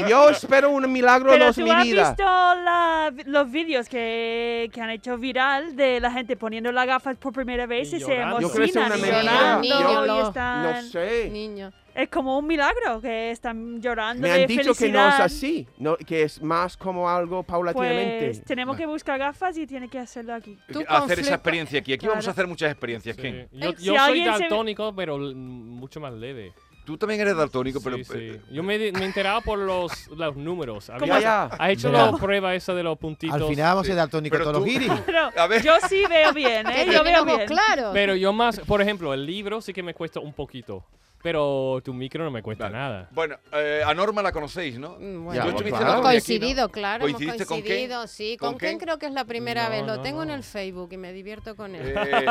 S4: Yo espero un milagro
S3: Pero
S4: en
S3: tú
S4: mi
S3: has
S4: vida.
S3: visto la- los vídeos que, que han hecho viral de la gente poniendo las gafas por primera vez y, se
S4: llorando.
S3: emocionan.
S4: Yo creo que es una
S3: y
S4: mentira.
S3: llorando,
S4: Niño,
S3: y
S4: no.
S3: están-
S4: No sé.
S3: Es como un milagro que están llorando
S4: Me
S3: de
S4: han dicho que no es
S3: felicidad.
S4: así, no- que es más como algo paulatinamente.
S3: Pues tenemos que buscar gafas y tiene que hacerlo aquí.
S2: hacer esa experiencia aquí. Aquí vamos a
S3: Claro.
S2: hacer muchas experiencias, Ken.
S5: Yo,
S3: Eh,
S5: yo
S3: si
S5: soy
S3: alguien se-
S5: daltónico, pero l- mucho más leve.
S2: Tú también eres daltónico, pero... eh,
S5: sí. Yo me, di- me enteraba por los, los números. Había-
S2: Ya, ya.
S5: Ha hecho
S2: Mira.
S5: la prueba esa de los puntitos.
S6: Al final vamos a dar tónico
S5: Pero
S6: todos los
S5: tú-
S6: guiris.
S3: Yo- Yo sí veo bien,
S9: Que
S3: ¿eh?
S9: tiene
S3: Yo veo
S9: los ojos
S3: bien.
S9: claros.
S5: Pero yo más, por ejemplo, el libro sí que me cuesta un poquito. Pero tu micro no me cuesta nada.
S2: Bueno, eh, a Norma la conocéis, ¿no?
S9: bueno.
S2: Yo
S5: Ya,
S2: estuviste
S5: claro.
S2: el otro día aquí, ¿no?
S9: Coincidido, claro, hemos
S2: ¿Coincidiste con Ken?
S9: coincidido, sí. Con,
S2: ¿Con Ken?
S9: Ken? creo que es la primera
S2: No,
S9: vez, lo
S2: no,
S9: tengo en el Facebook y me divierto con él.
S2: Eh,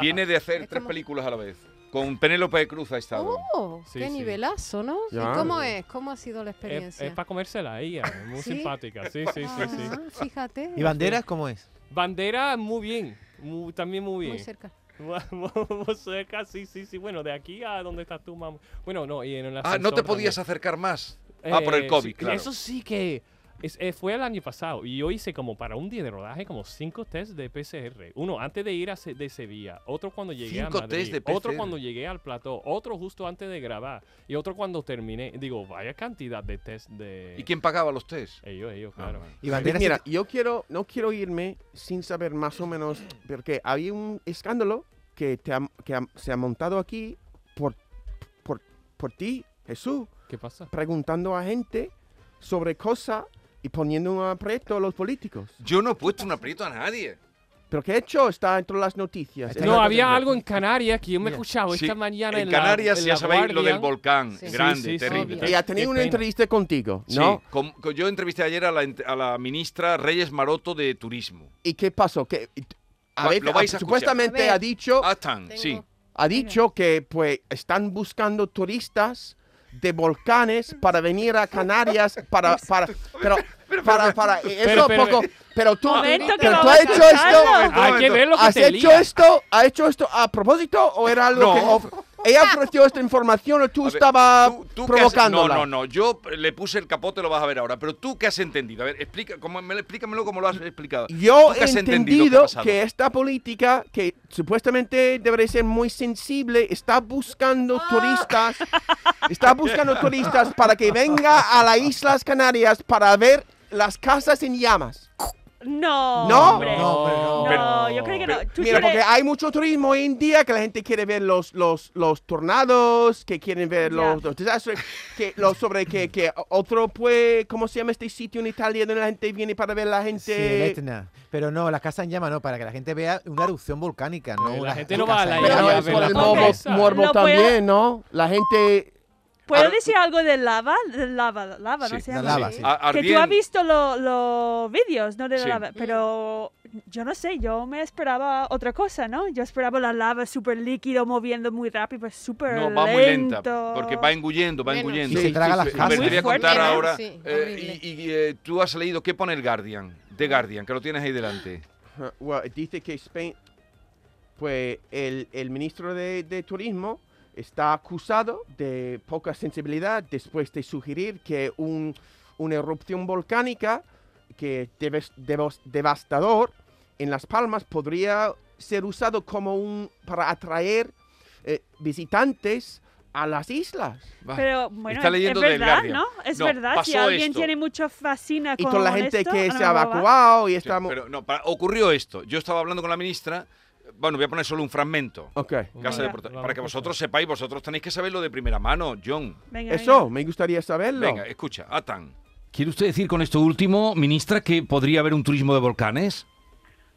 S2: viene de hacer tres películas a la vez. Con Penélope Cruz ha estado.
S9: Oh,
S2: Sí,
S9: qué
S2: sí.
S9: nivelazo, ¿no? ¿Y
S2: Ya. Eh,
S9: cómo es? ¿Cómo ha sido la
S5: Es,
S9: experiencia?
S5: para comérsela a ella. es Muy
S9: ¿Sí?
S5: simpática. Sí, sí, sí, sí.
S9: Ah, fíjate.
S6: ¿Y banderas cómo es?
S5: Bandera, muy bien. Muy- también muy bien.
S9: Muy cerca.
S5: Muy cerca, sí, sí, sí. Bueno, de aquí a donde estás tú, mamá. Bueno, no, y en el
S2: Ah, no te
S5: ascensor
S2: podías
S5: también.
S2: acercar más. ah, por el
S5: Eh,
S2: COVID,
S5: sí,
S2: claro.
S5: Eso sí que es- eh, fue el año pasado y yo hice como para un día de rodaje como cinco test de PCR. Uno antes de ir a Se- de Sevilla, otro cuando llegué
S2: Cinco
S5: a Madrid,
S2: test de
S5: otro
S2: PCR.
S5: cuando llegué al plató, otro justo antes de grabar y otro cuando terminé. Digo, vaya cantidad de test de...
S2: ¿Y quién pagaba los test? Ah,
S5: Ellos, ellos, claro.
S4: Mira, yo quiero, no quiero irme sin saber más o menos, porque hay un escándalo que, te ha- que ha- se ha montado aquí por, por, por ti, Jesús.
S5: ¿Qué pasa?
S4: Preguntando a gente sobre cosas y poniendo un aprieto a los políticos.
S2: Yo no he puesto un aprieto a nadie.
S4: ¿Pero qué he hecho? Está dentro de las noticias.
S5: No, había algo en Canarias que yo me he escuchado
S4: Sí,
S5: esta mañana
S4: en
S5: en, la-
S4: Canarias,
S5: en
S4: ya
S5: la
S4: sabéis, lo
S5: guardia.
S4: del volcán,
S2: Sí. grande, terrible.
S4: Y ha tenido
S2: Qué
S4: una
S2: pena.
S4: entrevista contigo,
S2: Sí,
S4: ¿no?
S2: com- co- yo entrevisté ayer a la, ent- a la ministra Reyes Maroto de Turismo.
S4: ¿Y qué pasó? Que a
S2: Va-
S4: ver, ah,
S2: lo vais a escuchar.
S4: supuestamente ha dicho
S2: Ah, están, sí.
S4: ha dicho que pues están buscando turistas de volcanes para venir a Canarias para para pero para para
S1: pero,
S4: eso
S1: pero,
S4: poco pero tú
S1: Momento que
S4: pero
S1: lo
S4: tú
S1: vas
S4: has hecho esto
S1: cantando. Hay que ver lo que
S4: has
S1: te
S4: hecho
S1: lía.
S4: esto ha hecho esto a propósito o era algo
S2: No.
S4: que of- ella ofreció esta información o tú estabas
S2: ¿Tú qué has-
S4: provocándola
S2: No, no, no. Yo le puse el capote, lo vas a ver ahora. Pero tú qué has entendido. A ver, explica, cómo, me- explícamelo como lo has explicado.
S4: Yo
S2: ¿Tú qué
S4: he
S2: has
S4: entendido
S2: qué ha pasado?
S4: que esta política, que supuestamente debería ser muy sensible, está buscando turistas, está buscando turistas para que venga a las Islas Canarias para ver las casas en llamas.
S3: No,
S4: ¿No?
S3: hombre.
S4: No,
S3: No,
S4: pero
S3: yo creo que no. Tú
S4: Mira,
S3: quieres-
S4: porque hay mucho turismo hoy en día que la gente quiere ver los, los, los tornados, que quieren ver los, los desastres, que los sobre que, que otro pues, ¿cómo se llama este sitio en Italia donde la gente viene para ver la gente?
S6: Sí, este el Etna. Pero no, las casas en llama no, para que la gente vea una erupción volcánica, no.
S5: La
S6: una-
S5: gente
S6: una
S5: no va a
S6: casa
S5: la
S6: en
S5: isla
S6: llama.
S5: a ver
S4: por
S5: la
S4: el
S5: foto
S4: morbo,
S5: esa.
S4: morbo
S3: No puedo-
S4: también, ¿no? La gente...
S3: ¿Puedo
S4: Ar-
S3: decir algo de lava? De lava, lava, no
S4: Sí,
S3: sé.
S4: la lava, sí. A-
S3: Que tú
S4: ardien-
S3: has visto lo- los vídeos, ¿no? De la
S4: Sí.
S3: lava. Pero yo no sé, yo me esperaba otra cosa, ¿no? Yo esperaba la lava súper líquido, moviendo muy rápido, pero súper
S2: No, va muy lenta, porque va engullendo, va
S3: Bueno,
S2: engullendo.
S3: Y se traga las
S2: A ver,
S3: casas.
S2: te voy a
S3: Muy fuerte,
S2: contar
S3: ¿no?
S2: ahora.
S3: Sí,
S2: eh,
S3: horrible.
S2: y y, eh, tú has leído, ¿qué pone el Guardian? The Guardian, que lo tienes ahí delante.
S4: Uh, well, dice que Spain, pues el, el ministro de, de Turismo está acusado de poca sensibilidad después de sugerir que un- una erupción volcánica que debes- devas- devastador en Las Palmas podría ser usado como un para atraer eh, visitantes a las islas.
S3: Pero bueno,
S4: Está
S3: es-
S4: leyendo
S3: es
S4: del
S3: verdad,
S4: Guardian.
S3: ¿no? Es
S4: No,
S3: verdad, si
S4: pasó
S3: alguien
S4: esto.
S3: tiene mucha fascina
S4: Y
S3: con
S4: toda la gente
S3: esto,
S4: que
S3: a
S4: se
S3: lo
S4: ha
S3: mejor va.
S4: evacuado y
S2: Sí,
S4: estamos...
S2: pero no, para- ocurrió esto. Yo estaba hablando con la ministra. Bueno, voy a poner solo un fragmento.
S4: Ok.
S2: Casa de
S4: Venga.
S2: Porta- para que vosotros sepáis, vosotros tenéis que saberlo de primera mano, John.
S4: Eso, me gustaría saberlo.
S2: Venga, escucha, Atan.
S11: ¿Quiere usted decir con esto último, ministra, que podría haber un turismo de volcanes?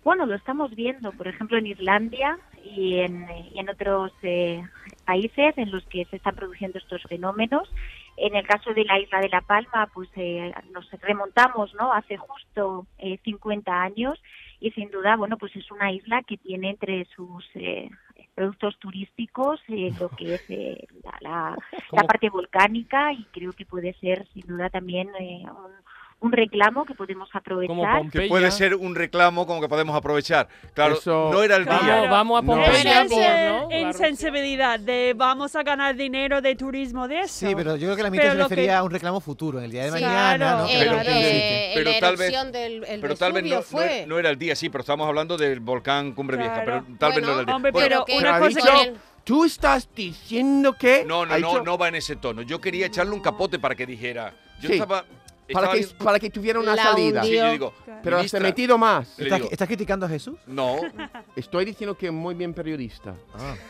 S12: Bueno, lo estamos viendo, por ejemplo, en Islandia y en, y en otros eh, países en los que se están produciendo estos fenómenos. En el caso de la isla de La Palma, pues eh, nos remontamos ¿no? hace justo eh, 50 años y sin duda, bueno, pues es una isla que tiene entre sus eh, productos turísticos eh, lo que es eh, la, la- la parte volcánica y creo que puede ser sin duda también eh, un un reclamo que podemos aprovechar.
S2: Que puede ser un reclamo como que podemos aprovechar. Claro, no era el día.
S5: Claro. Vamos a
S2: No.
S5: Pompeya,
S3: Esa es,
S5: por,
S3: eh,
S5: ¿no? La
S3: insensibilidad de vamos a ganar dinero de turismo de eso.
S6: Sí, pero yo creo que la mitad se
S3: Pero lo
S6: refería a un reclamo futuro, en el día de
S3: Sí,
S6: mañana.
S3: claro.
S6: ¿no?
S2: Pero,
S6: Que-
S9: eh,
S2: pero
S9: la
S2: tal vez,
S9: erupción del- el
S2: pero tal vez
S9: Vesubio
S2: no, no era-
S9: fue.
S2: no era el día, sí, pero estamos hablando del volcán Cumbre Vieja, pero tal vez no era el día.
S9: hombre,
S2: Bueno,
S9: pero
S2: bueno,
S9: una
S2: ha
S9: cosa
S2: dicho-
S9: que él-
S4: ¿Tú estás diciendo que...?
S2: No, no,
S4: ha
S2: no,
S4: dicho-
S2: no va en ese tono. Yo quería echarle un capote para que dijera. Yo
S4: Sí,
S2: estaba.
S4: Para
S2: estaba
S4: que,
S2: bien-
S4: para que tuviera una
S2: La
S4: salida.
S2: hundió. Sí, yo digo,
S4: pero has
S2: ministra,
S4: metido más.
S2: le ¿Estás- digo-
S4: criticando a Jesús?
S2: No.
S4: Estoy diciendo que es muy bien periodista.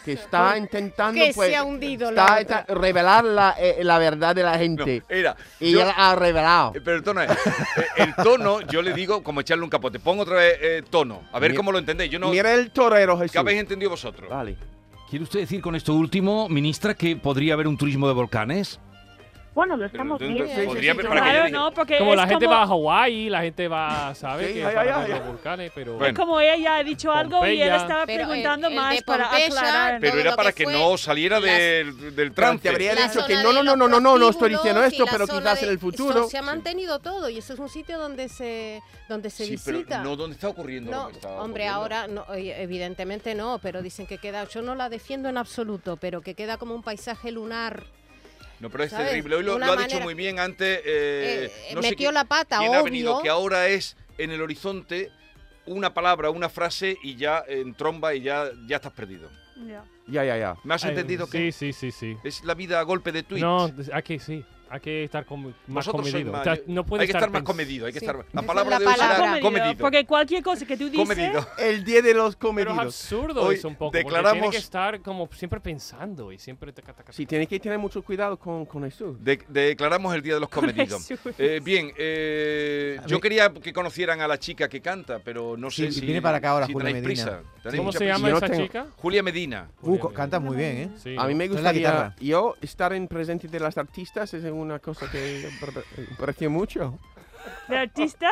S4: Que está intentando
S9: Que
S4: pues,
S9: se ha hundido la
S4: está,
S9: otra.
S4: está- revelar la, eh, la verdad de la
S2: No,
S4: gente.
S2: era.
S4: Y
S2: yo-
S4: él ha revelado.
S2: Eh, Pero el tono es. eh, El tono, yo le digo como echarle un capote. Pongo otra vez eh, tono. A ver
S4: Mi-
S2: cómo lo entendéis. Yo no.
S4: Mira el torero,
S2: ¿Qué
S4: Jesús.
S2: habéis entendido vosotros?
S4: Vale.
S11: ¿Quiere usted decir con esto último, ministra, que podría haber un turismo de volcanes?
S12: Bueno, lo estamos
S11: entonces,
S12: viendo.
S11: sí, podría-
S12: sí,
S11: para
S12: sí.
S11: que yo
S12: Claro,
S11: diga.
S12: no, porque
S5: como
S12: es
S5: la gente
S12: como-
S5: va a Hawái, la gente va, ¿sabe?
S12: Sí,
S5: que
S12: ay,
S5: para
S12: ay,
S5: ver
S12: ay,
S5: los
S12: ay.
S5: volcanes, pero...
S2: Bueno.
S3: Como ella ha dicho algo y él
S5: Pompeya.
S3: estaba
S9: Pero el-
S3: preguntando
S9: el de
S3: más para
S9: Pompeya,
S3: aclarar.
S2: Pero
S9: todo
S2: era
S9: lo
S2: para
S9: que
S2: que,
S9: fue
S2: no saliera del, del
S4: Pero
S2: trance.
S4: te habría
S9: La
S4: dicho que
S9: zona
S4: no,
S9: de
S4: no, no,
S9: los
S4: no, no, no, no estoy diciendo
S9: prostíbulos y
S4: esto,
S9: la
S4: pero
S9: zona
S4: quizás
S9: de-
S4: en el
S9: so-
S4: futuro.
S9: Se ha mantenido todo y eso es un sitio donde se, donde se
S2: Sí, pero
S9: visita.
S2: no, ¿dónde está ocurriendo lo
S9: No,
S2: que está
S9: hombre,
S2: ocurriendo?
S9: ahora no, oye, evidentemente no, pero dicen que queda, yo no la defiendo en absoluto, pero que queda como un paisaje lunar.
S2: No, pero es
S9: ¿sabes?
S2: terrible. Hoy lo,
S9: Una
S2: lo ha dicho
S9: manera-
S2: muy bien antes. eh,
S9: Eh,
S2: no sé
S9: metió
S2: quién-
S9: la pata,
S2: quién ha venido,
S9: obvio.
S2: que ahora es en el horizonte una palabra, una frase y ya en tromba y ya, ya estás perdido.
S4: Ya, ya, ya.
S2: ¿Me has
S5: Ay,
S2: entendido que
S5: Sí, sí, sí, sí.
S2: es la vida a golpe de tweet?
S5: No, hay que sí. Hay que estar com- más
S2: Vosotros sois
S5: comedido.
S2: más-
S5: O sea, no puede
S2: hay que estar más
S5: pens-
S2: comedido, hay que
S5: Sí.
S2: estar la
S5: Esa
S2: palabra
S5: es
S2: de
S5: la
S2: hoy será
S5: palabra.
S2: comedido.
S3: Porque cualquier cosa que tú dices...
S2: Comedido.
S4: El día de los
S5: Pero
S4: comedidos.
S5: es absurdo
S4: Hoy
S5: eso un poco. Declaramos... Tiene
S4: Declaramos.
S5: que estar como siempre pensando y siempre... taca, taca,
S4: Sí, tienes que tener mucho cuidado con, con Jesús.
S2: De- declaramos el Día de los Comedidos.
S5: Jesús.
S2: Eh, bien, eh, yo quería que conocieran a la chica que canta, pero no
S6: Sí,
S2: sé
S6: y
S2: si.
S6: viene para acá ahora
S2: si
S6: Julia
S2: tenéis
S6: Medina.
S2: prisa. ¿Tenéis
S5: ¿Cómo
S2: mucha
S5: se
S2: prisa?
S5: llama
S4: Yo
S5: esa
S4: tengo-
S5: chica?
S2: Julia Medina.
S6: Uh, co- canta muy bien, ¿eh?
S5: Sí,
S4: a mí
S5: ¿no?
S4: me
S6: Trae la
S4: gustaría
S6: guitarra.
S4: yo estar en presente de las artistas es una cosa que aprecio mucho.
S3: ¿De artistas?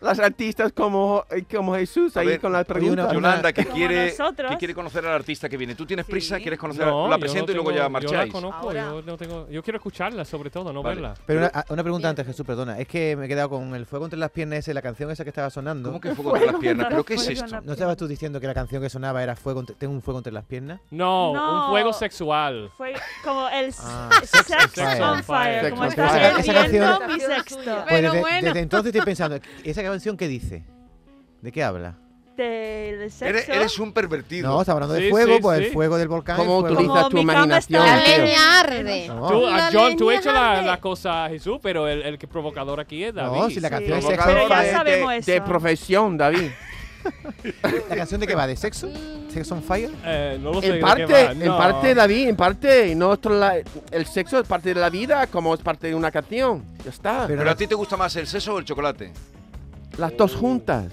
S4: Las artistas como, eh, como Jesús ahí
S2: ver,
S4: con las preguntas.
S2: Yolanda, que
S3: Como
S2: quiere,
S3: nosotros.
S2: que quiere conocer al artista que viene. ¿Tú tienes prisa? ¿Quieres conocer?
S5: No,
S2: la
S5: yo
S2: presento
S5: no
S2: y luego
S5: tengo-
S2: ya marcháis.
S5: Yo la conozco, yo, no tengo, yo quiero escucharla sobre todo, no
S2: Vale.
S5: verla.
S6: Pero una, a- una pregunta antes, Jesús, perdona. Es que me he quedado con el fuego entre las piernas ese, la canción esa que estaba sonando.
S2: ¿Cómo que fuego entre las piernas? ¿Pero qué es
S6: Fuego
S2: esto?
S6: entre las ¿No estabas tú diciendo que la canción que sonaba era fuego entre- Tengo un fuego entre las piernas?
S5: No,
S3: No.
S5: un fuego sexual.
S3: Fue como el
S6: Ah,
S3: sex,
S6: sex
S3: on
S6: on
S3: fire,
S6: fire.
S3: como
S6: Sex on
S3: estás
S6: fire. Esa
S3: viendo
S6: canción-
S3: mi sexto.
S6: Pues desde, desde entonces estoy pensando, ¿esa canción qué dice? ¿De qué habla?
S3: Del
S2: Eres,
S3: sexo.
S2: eres un pervertido.
S6: No, está hablando de fuego, pues el fuego del volcán.
S4: ¿Cómo utilizas
S3: Como tu mi cama está imaginación,
S9: La leña arde.
S5: Tú,
S9: La
S5: ah, John, tú
S9: leña
S5: has hecho la,
S9: arde.
S5: la cosa, Jesús, pero el, el que provocador aquí es David.
S6: No, si la canción es este, sexo. pues,
S4: Provocador
S6: Pero
S4: de-
S6: ya
S4: de,
S6: sabemos
S4: de
S6: eso.
S4: profesión, David.
S6: ¿La canción de qué va? ¿De sexo? ¿Sex on fire?
S5: Eh, no lo sé. de
S4: En
S5: qué
S4: parte,
S5: va,
S4: en
S5: no.
S4: parte, David, en parte, nosotros la- el sexo es parte de la vida, como es parte de una canción. Ya está.
S2: Pero a ti te gusta más el seso o el chocolate.
S4: Las dos juntas.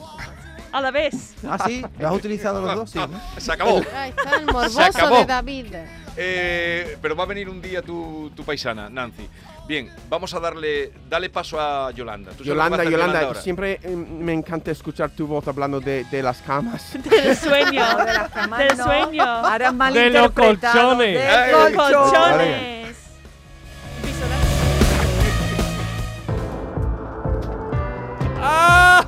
S3: A la vez.
S6: Ah, sí, lo has utilizado los dos, sí. ¿no?
S2: Se acabó.
S9: Ahí está el
S2: Se
S9: morboso
S2: acabó.
S9: de David.
S2: Eh, pero va a venir un día tu, tu paisana, Nancy. Bien, vamos a darle dale paso a Yolanda. Tú sabes lo que va a
S4: Yolanda,
S2: hacer
S4: Yolanda,
S2: ahora.
S4: siempre eh, me encanta escuchar tu voz hablando de, de las camas.
S3: Del sueño.
S13: No, de las camas
S3: del
S13: no.
S3: sueño.
S13: Ahora mal
S4: De los
S13: interpretado.
S4: colchones.
S13: De
S4: Ay,
S13: los
S4: colchones.
S13: colchones.
S4: Ah.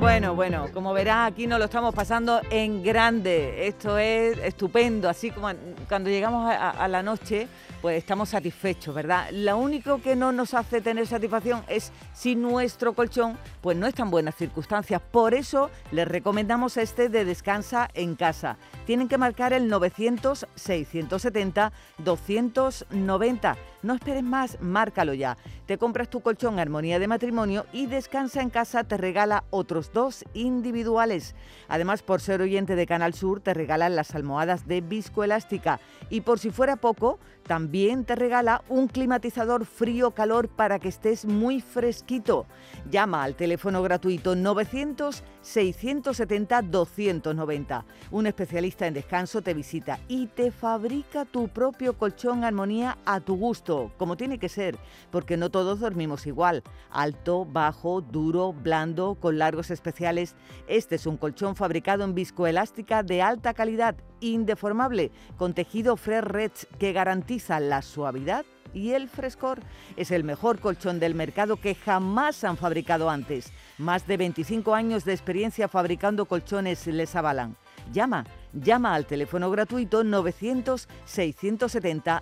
S13: Bueno, bueno, como verás, aquí nos lo estamos pasando en grande. Esto es estupendo. Así como cuando llegamos a, a- a la noche, pues estamos satisfechos, ¿verdad? Lo único que no nos hace tener satisfacción es si nuestro colchón, pues no está en buenas circunstancias. Por eso les recomendamos este de Descansa en Casa. Tienen que marcar el 900-670-290. No esperes más, márcalo ya. Te compras tu colchón Armonía de Matrimonio y Descansa en Casa te regala otros dos individuales. Además, por ser oyente de Canal Sur, te regalan las almohadas de viscoelástica. Y por si fuera poco, también te regala un climatizador frío-calor para que estés muy fresquito. Llama al teléfono gratuito 900-670-290. Un especialista en descanso te visita y te fabrica tu propio colchón armonía a tu gusto, como tiene que ser, porque no todos dormimos igual. Alto, bajo, duro, blando, con largos especiales. Este es un colchón fabricado en viscoelástica de alta calidad, indeformable, con tejido Fresh Red que garantiza la suavidad y el frescor. Es el mejor colchón del mercado que jamás han fabricado antes. Más de 25 años de experiencia fabricando colchones les avalan. Llama, llama al teléfono gratuito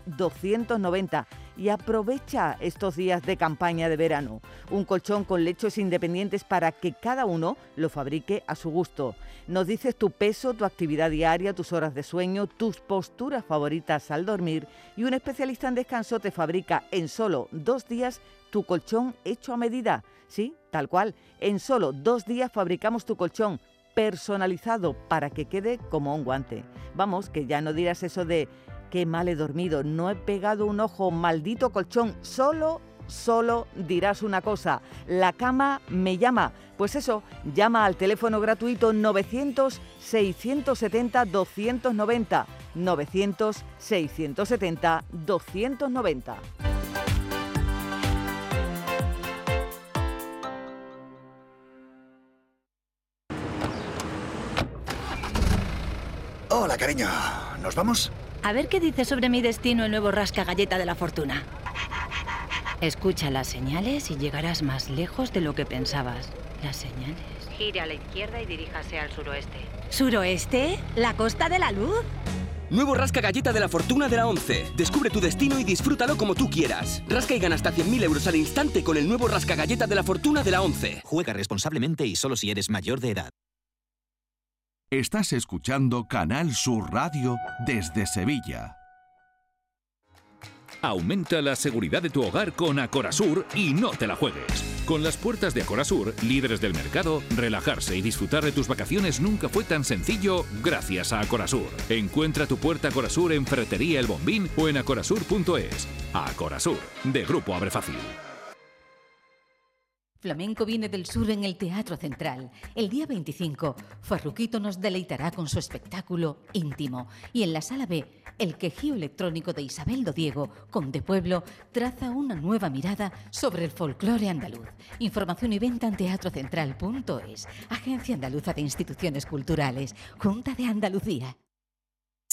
S13: 900-670-290 y aprovecha estos días de campaña de verano. Un colchón con lechos independientes para que cada uno lo fabrique a su gusto. Nos dices tu peso, tu actividad diaria, tus horas de sueño, tus posturas favoritas al dormir y un especialista en descanso te fabrica en solo dos días tu colchón hecho a medida. Sí, tal cual. En solo dos días fabricamos tu colchón personalizado para que quede como un guante. Vamos, que ya no dirás eso de qué mal he dormido, no he pegado un ojo, maldito colchón, solo, solo dirás una cosa, la cama me llama. Pues eso, llama al teléfono gratuito 900-670-290. 900-670-290.
S14: Hola, cariño. ¿Nos vamos?
S15: A ver qué dice sobre mi destino el nuevo rasca galleta de la fortuna. Escucha las señales y llegarás más lejos de lo que pensabas. Las señales.
S16: Gire a la izquierda y diríjase al suroeste.
S15: ¿Suroeste? ¿La costa de la luz?
S17: Nuevo Rasca Galleta de la Fortuna de la 11. Descubre tu destino y disfrútalo como tú quieras. Rasca y gana hasta 100.000 euros al instante con el nuevo Rasca Galleta de la Fortuna de la 11.
S18: Juega responsablemente y solo si eres mayor de edad.
S19: Estás escuchando Canal Sur Radio desde Sevilla.
S20: Aumenta la seguridad de tu hogar con Acorasur y no te la juegues. Con las puertas de Acorasur, líderes del mercado, relajarse y disfrutar de tus vacaciones nunca fue tan sencillo gracias a Acorasur. Encuentra tu puerta Acorasur en Ferretería El Bombín o en acorasur.es. Acorasur, de Grupo Abre Fácil.
S21: Flamenco viene del sur en el Teatro Central. El día 25, Farruquito nos deleitará con su espectáculo íntimo. Y en la sala B, el quejío electrónico de Isabel Dodiego, con De Pueblo, traza una nueva mirada sobre el folclore andaluz. Información y venta en teatrocentral.es, Agencia Andaluza de Instituciones Culturales, Junta de Andalucía.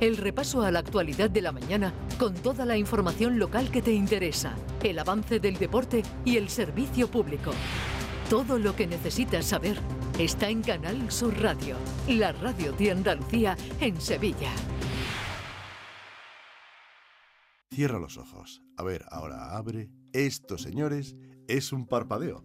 S22: El repaso a la actualidad de la mañana con toda la información local que te interesa, el avance del deporte y el servicio público. Todo lo que necesitas saber está en Canal Sur Radio, la radio de Andalucía en Sevilla.
S23: Cierra los ojos. A ver, ahora abre. Esto, señores, es un parpadeo.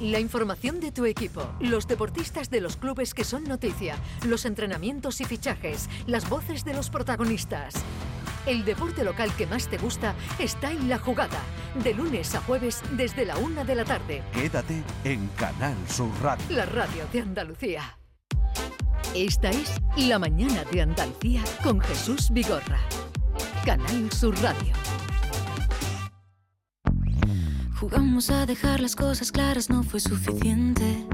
S22: La información de tu equipo, los deportistas de los clubes que son noticia, los entrenamientos y fichajes, las voces de los protagonistas. El deporte local que más te gusta está en la jugada, de lunes a jueves desde la una de la tarde.
S19: Quédate en Canal Sur Radio.
S22: La radio de Andalucía. Esta es La Mañana de Andalucía con Jesús Vigorra. Canal Sur Radio.
S24: Jugamos a dejar las cosas claras, no fue suficiente.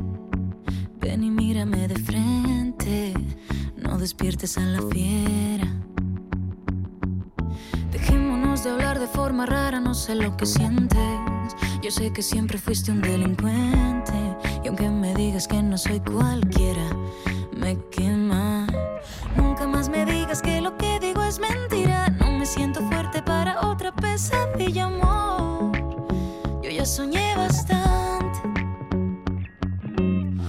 S24: Ven y mírame de frente, no despiertes a la fiera. Dejémonos de hablar de forma rara, no sé lo que sientes. Yo sé que siempre fuiste un delincuente, y aunque me digas que no soy cualquiera, me quema. Nunca más me digas que lo que digo es mentira, no me siento fuerte para otra pesadilla, amor. Yo ya soñé bastante.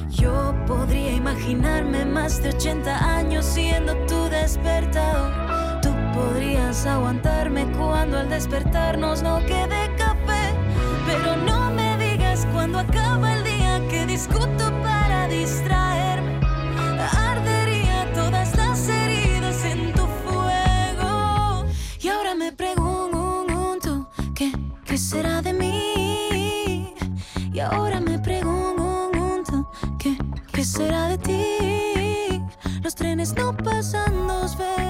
S24: Yo podría imaginarme más de 80 años siendo tu despertador. Tú podrías aguantarme cuando al despertarnos no quede café. Pero no me digas cuando acaba el día que discuto para distraerme. Ardería todas las heridas en tu fuego. Y ahora me pregunto, ¿qué, qué será de mí? Y ahora me pregunto, ¿qué, qué será de ti? Los trenes no pasan dos veces.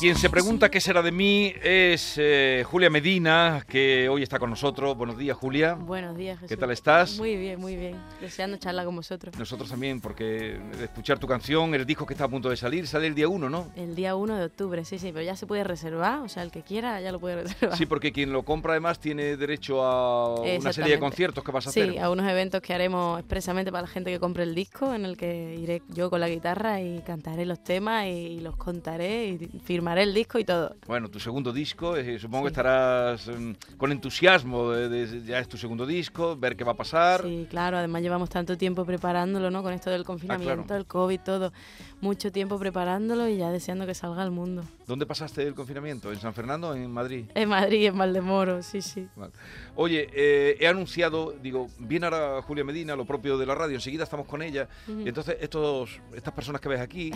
S2: Quien se pregunta qué será de mí es eh, Julia Medina, que hoy está con nosotros. Buenos días, Julia.
S1: Buenos días, Jesús.
S2: ¿Qué tal estás?
S1: Muy bien, muy bien. Deseando charlar con vosotros.
S2: Nosotros también, porque de escuchar tu canción, el disco que está a punto de salir, sale el día 1, ¿no?
S1: El día 1 de octubre, sí, sí, pero ya se puede reservar, o sea, el que quiera ya lo puede reservar.
S2: Sí, porque quien lo compra además tiene derecho a una serie de
S1: Exactamente.
S2: conciertos que vas a
S1: sí,
S2: hacer.
S1: a unos eventos que haremos expresamente para la gente que compre el disco, en el que iré yo con la guitarra y cantaré los temas y los contaré y firmaré el disco y todo.
S2: Bueno, tu segundo disco, eh, supongo que
S1: Sí.
S2: estarás mm, con entusiasmo, de- de- ya es tu segundo disco, ver qué va a pasar.
S1: Sí, claro, además llevamos tanto tiempo preparándolo, ¿no? Con esto del confinamiento, el COVID, todo. Mucho tiempo preparándolo y ya deseando que salga al mundo.
S2: ¿Dónde pasaste el confinamiento? ¿En San Fernando o en Madrid?
S1: En Madrid, en Valdemoro, sí, sí.
S2: Vale. Oye, eh, he anunciado, digo, viene ahora Julia Medina, lo propio de la radio, enseguida estamos con ella.
S1: Ujú.
S2: Y entonces estos, estas personas que ves aquí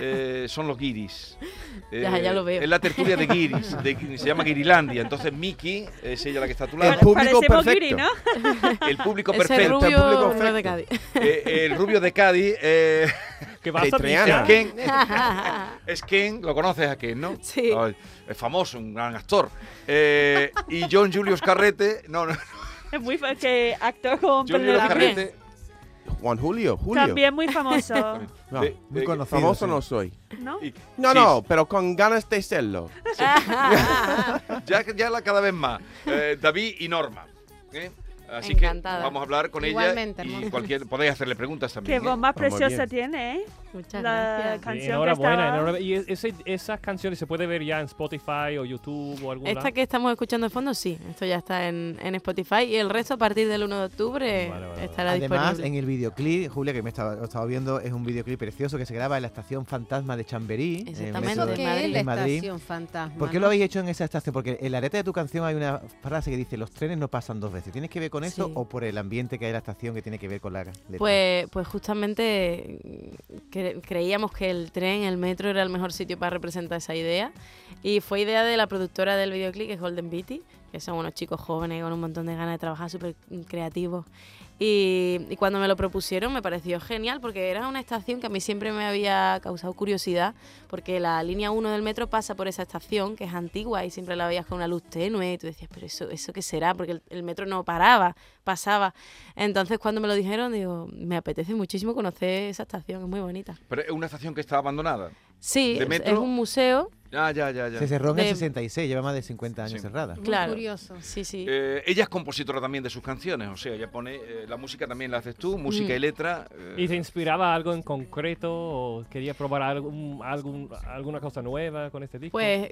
S2: eh, son los guiris. Eh,
S1: Ya, ya lo veo.
S2: Es la tertulia de guiris, de- se llama Guirilandia. Entonces Miki es ella la que está a tu lado. El público
S1: Ese
S2: perfecto.
S1: rubio,
S2: El público
S1: rubio de Cádiz.
S2: Eh, el rubio de Cádiz. eh,
S5: ¿Qué vas a
S2: es
S5: pisar?
S2: Ken, es Ken, lo conoces a Ken, ¿no?
S1: Sí.
S2: Ay, es famoso, un gran actor. Eh, y John Julius Carrete. No, no.
S3: Es muy fa- que actor con
S2: John Julius Carrete.
S4: Juan Julio, Julio.
S3: También muy famoso.
S4: No,
S2: De- muy de- conocido,
S4: Famoso
S2: sí.
S4: no soy.
S3: ¿No?
S4: No,
S2: Sí,
S4: no, pero con ganas de serlo.
S2: ya, ya la cada vez más. Eh, David y Norma. ¿eh? Así
S1: Encantada.
S2: que vamos a hablar con
S1: Igualmente,
S2: ella y
S1: hermoso.
S2: cualquier podéis hacerle preguntas también.
S3: Qué
S2: ¿eh?
S3: voz más preciosa tiene, ¿eh?
S1: Muchas
S3: La
S1: gracias.
S3: canción que
S5: enhorabuena,
S3: estaba-
S5: enhorabuena. Y es- ese- esas canciones se puede ver ya en Spotify o YouTube o algún
S1: Esta
S5: lado.
S1: que estamos escuchando de fondo, sí. Esto ya está en, en Spotify y el resto a partir del 1 de octubre estará
S6: Además,
S1: disponible.
S6: en el videoclip, Julia, que me estaba, lo estaba viendo, es un videoclip precioso que se graba en la estación Fantasma de Chamberí. en
S1: Exactamente.
S6: Venezuela,
S1: ¿Por qué
S6: en
S1: la
S6: Madrid.
S1: estación fantasma,
S6: ¿Por qué
S1: no?
S6: lo habéis hecho en esa estación? Porque en la letra de tu canción hay una frase que dice: Los trenes no pasan dos veces. ¿Tienes que ver con eso
S1: Sí.
S6: o por el ambiente que hay en la estación que tiene que ver con la letra?
S1: Pues, pues justamente mm, cre- creíamos que el tren, el metro era el mejor sitio para representar esa idea y fue idea de la productora del videoclip, que es Golden Beatty, que son unos chicos jóvenes con un montón de ganas de trabajar, súper mm, creativos. Y, y cuando me lo propusieron me pareció genial porque era una estación que a mí siempre me había causado curiosidad porque la línea 1 del metro pasa por esa estación que es antigua y siempre la veías con una luz tenue y tú decías, pero eso, eso qué será porque el- el metro no paraba, pasaba. Entonces cuando me lo dijeron digo, me apetece muchísimo conocer esa estación, es muy bonita.
S2: Pero es una estación que está abandonada.
S1: Sí,
S2: ¿De
S1: es-
S2: metro?
S1: es un museo.
S2: Ah, ya, ya, ya.
S6: Se cerró en el
S1: De-
S6: 66, lleva más de 50 años
S2: Sí.
S6: cerrada.
S1: Claro. curioso. Sí, sí.
S2: Eh, ella es compositora también de sus canciones, o sea, ella pone eh, la música también la haces tú,
S1: Mm.
S2: música y letra. eh,
S5: ¿Y te inspiraba algo en concreto o querías probar algún, algún- alguna cosa nueva con este disco?
S1: Pues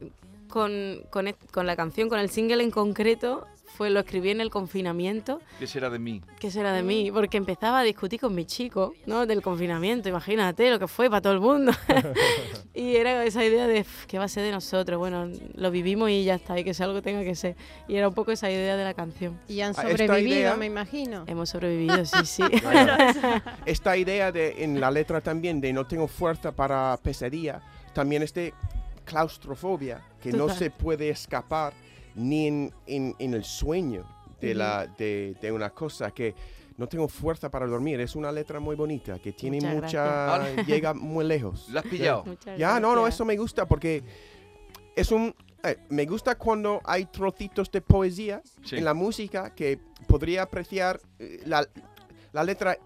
S1: con, con, est- con la canción, con el single en concreto, fue lo escribí en el confinamiento.
S2: ¿Qué será de mí?
S1: ¿Qué será de mí? Porque empezaba a discutir con mi chico, ¿no? Del confinamiento, imagínate lo que fue para todo el mundo. y era esa idea de "Uf, qué va a ser de nosotros. Bueno, lo vivimos y ya está, y que sea algo que tenga que ser. Y era un poco esa idea de la canción.
S9: Y han
S4: Ah, esta sobrevivido, idea- me
S9: imagino.
S1: Hemos sobrevivido, sí, sí.
S4: Esta idea de en la letra también de no tengo fuerza para pesadilla, también es de claustrofobia, que no
S7: Total.
S4: se puede escapar ni en, en- en el sueño de, la, de, de una cosa que no tengo fuerza para dormir. Es una letra muy bonita, que tiene
S7: Muchas
S4: mucha...
S7: gracias.
S4: llega muy lejos.
S7: ¿La has pillado? Muchas
S4: Ya, no, no,
S7: gracias.
S4: eso me gusta porque es un... eh, me gusta cuando hay trocitos de poesía
S7: Sí.
S4: en la música que podría apreciar eh, la, la letra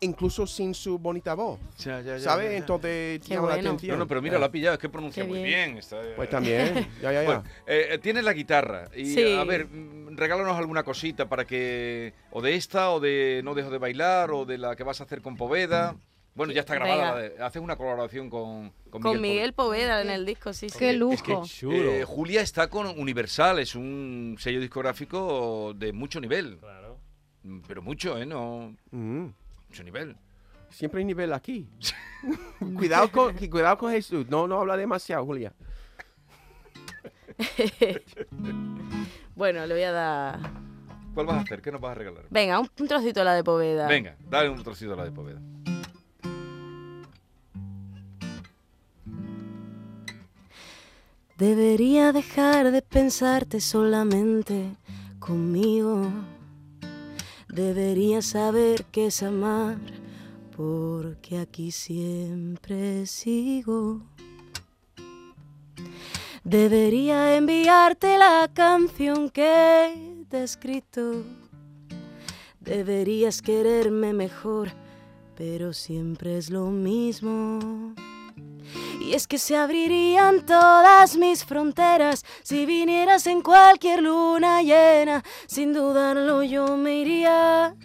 S4: incluso sin su bonita voz.
S2: Ya, ya, ya,
S4: ¿Sabe?
S2: ya, ya.
S4: Entonces llama la atención. Eh.
S2: No, no, pero mira, lo ha pillado, es que pronuncia
S4: Qué
S2: muy
S4: bien.
S2: bien. está-
S4: Pues también, ya, ya, ya.
S2: Bueno, eh, eh, tienes la guitarra. Y
S4: Sí.
S2: a ver, mm, regálanos alguna cosita para que. O de esta, o de No Dejo de Bailar, o de la que vas a hacer con Poveda. Bueno, ya está grabada. la de- haces una colaboración con, con,
S1: Con
S2: Miguel
S1: Miguel Poveda en el disco, sí, sí.
S2: Es que, eh, Julia está con Universal, es un sello discográfico de mucho nivel. Claro. Pero mucho, ¿eh? No,
S4: Mm.
S2: mucho nivel.
S4: Siempre hay nivel aquí. cuidado, con, que- cuidado con Jesús. No, no habla demasiado, Julia.
S1: Bueno, le voy a dar...
S2: ¿Cuál vas a hacer? ¿Qué nos vas a regalar?
S1: Venga, un, un trocito de la de Poveda.
S2: Venga, dale un trocito a la de Poveda.
S24: Debería dejar de pensarte solamente conmigo. Debería saber que es amar, porque aquí siempre sigo. Debería enviarte la canción que te he escrito. Deberías quererme mejor, pero siempre es lo mismo. Y es que se abrirían todas mis fronteras si vinieras en cualquier luna llena. Sin dudarlo yo me iría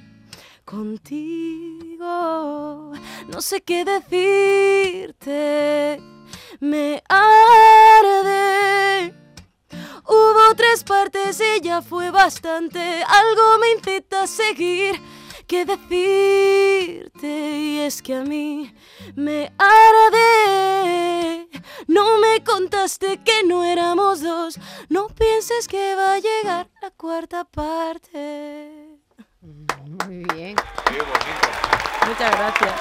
S24: contigo. No sé qué decirte. Me arde. Hubo tres partes y ya fue bastante. Algo me incita a seguir. ¿Qué decirte? Y es que a mí me arde. No me contaste que no éramos dos. No pienses que va a llegar la cuarta parte.
S9: Muy bien.
S2: Qué bonito.
S1: Muchas gracias.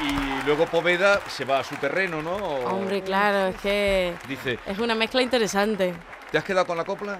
S2: Y, y luego Poveda se va a su terreno, ¿no? O-
S1: Hombre, claro, es que
S2: Dice,
S1: es una mezcla interesante.
S2: ¿te has quedado con la copla?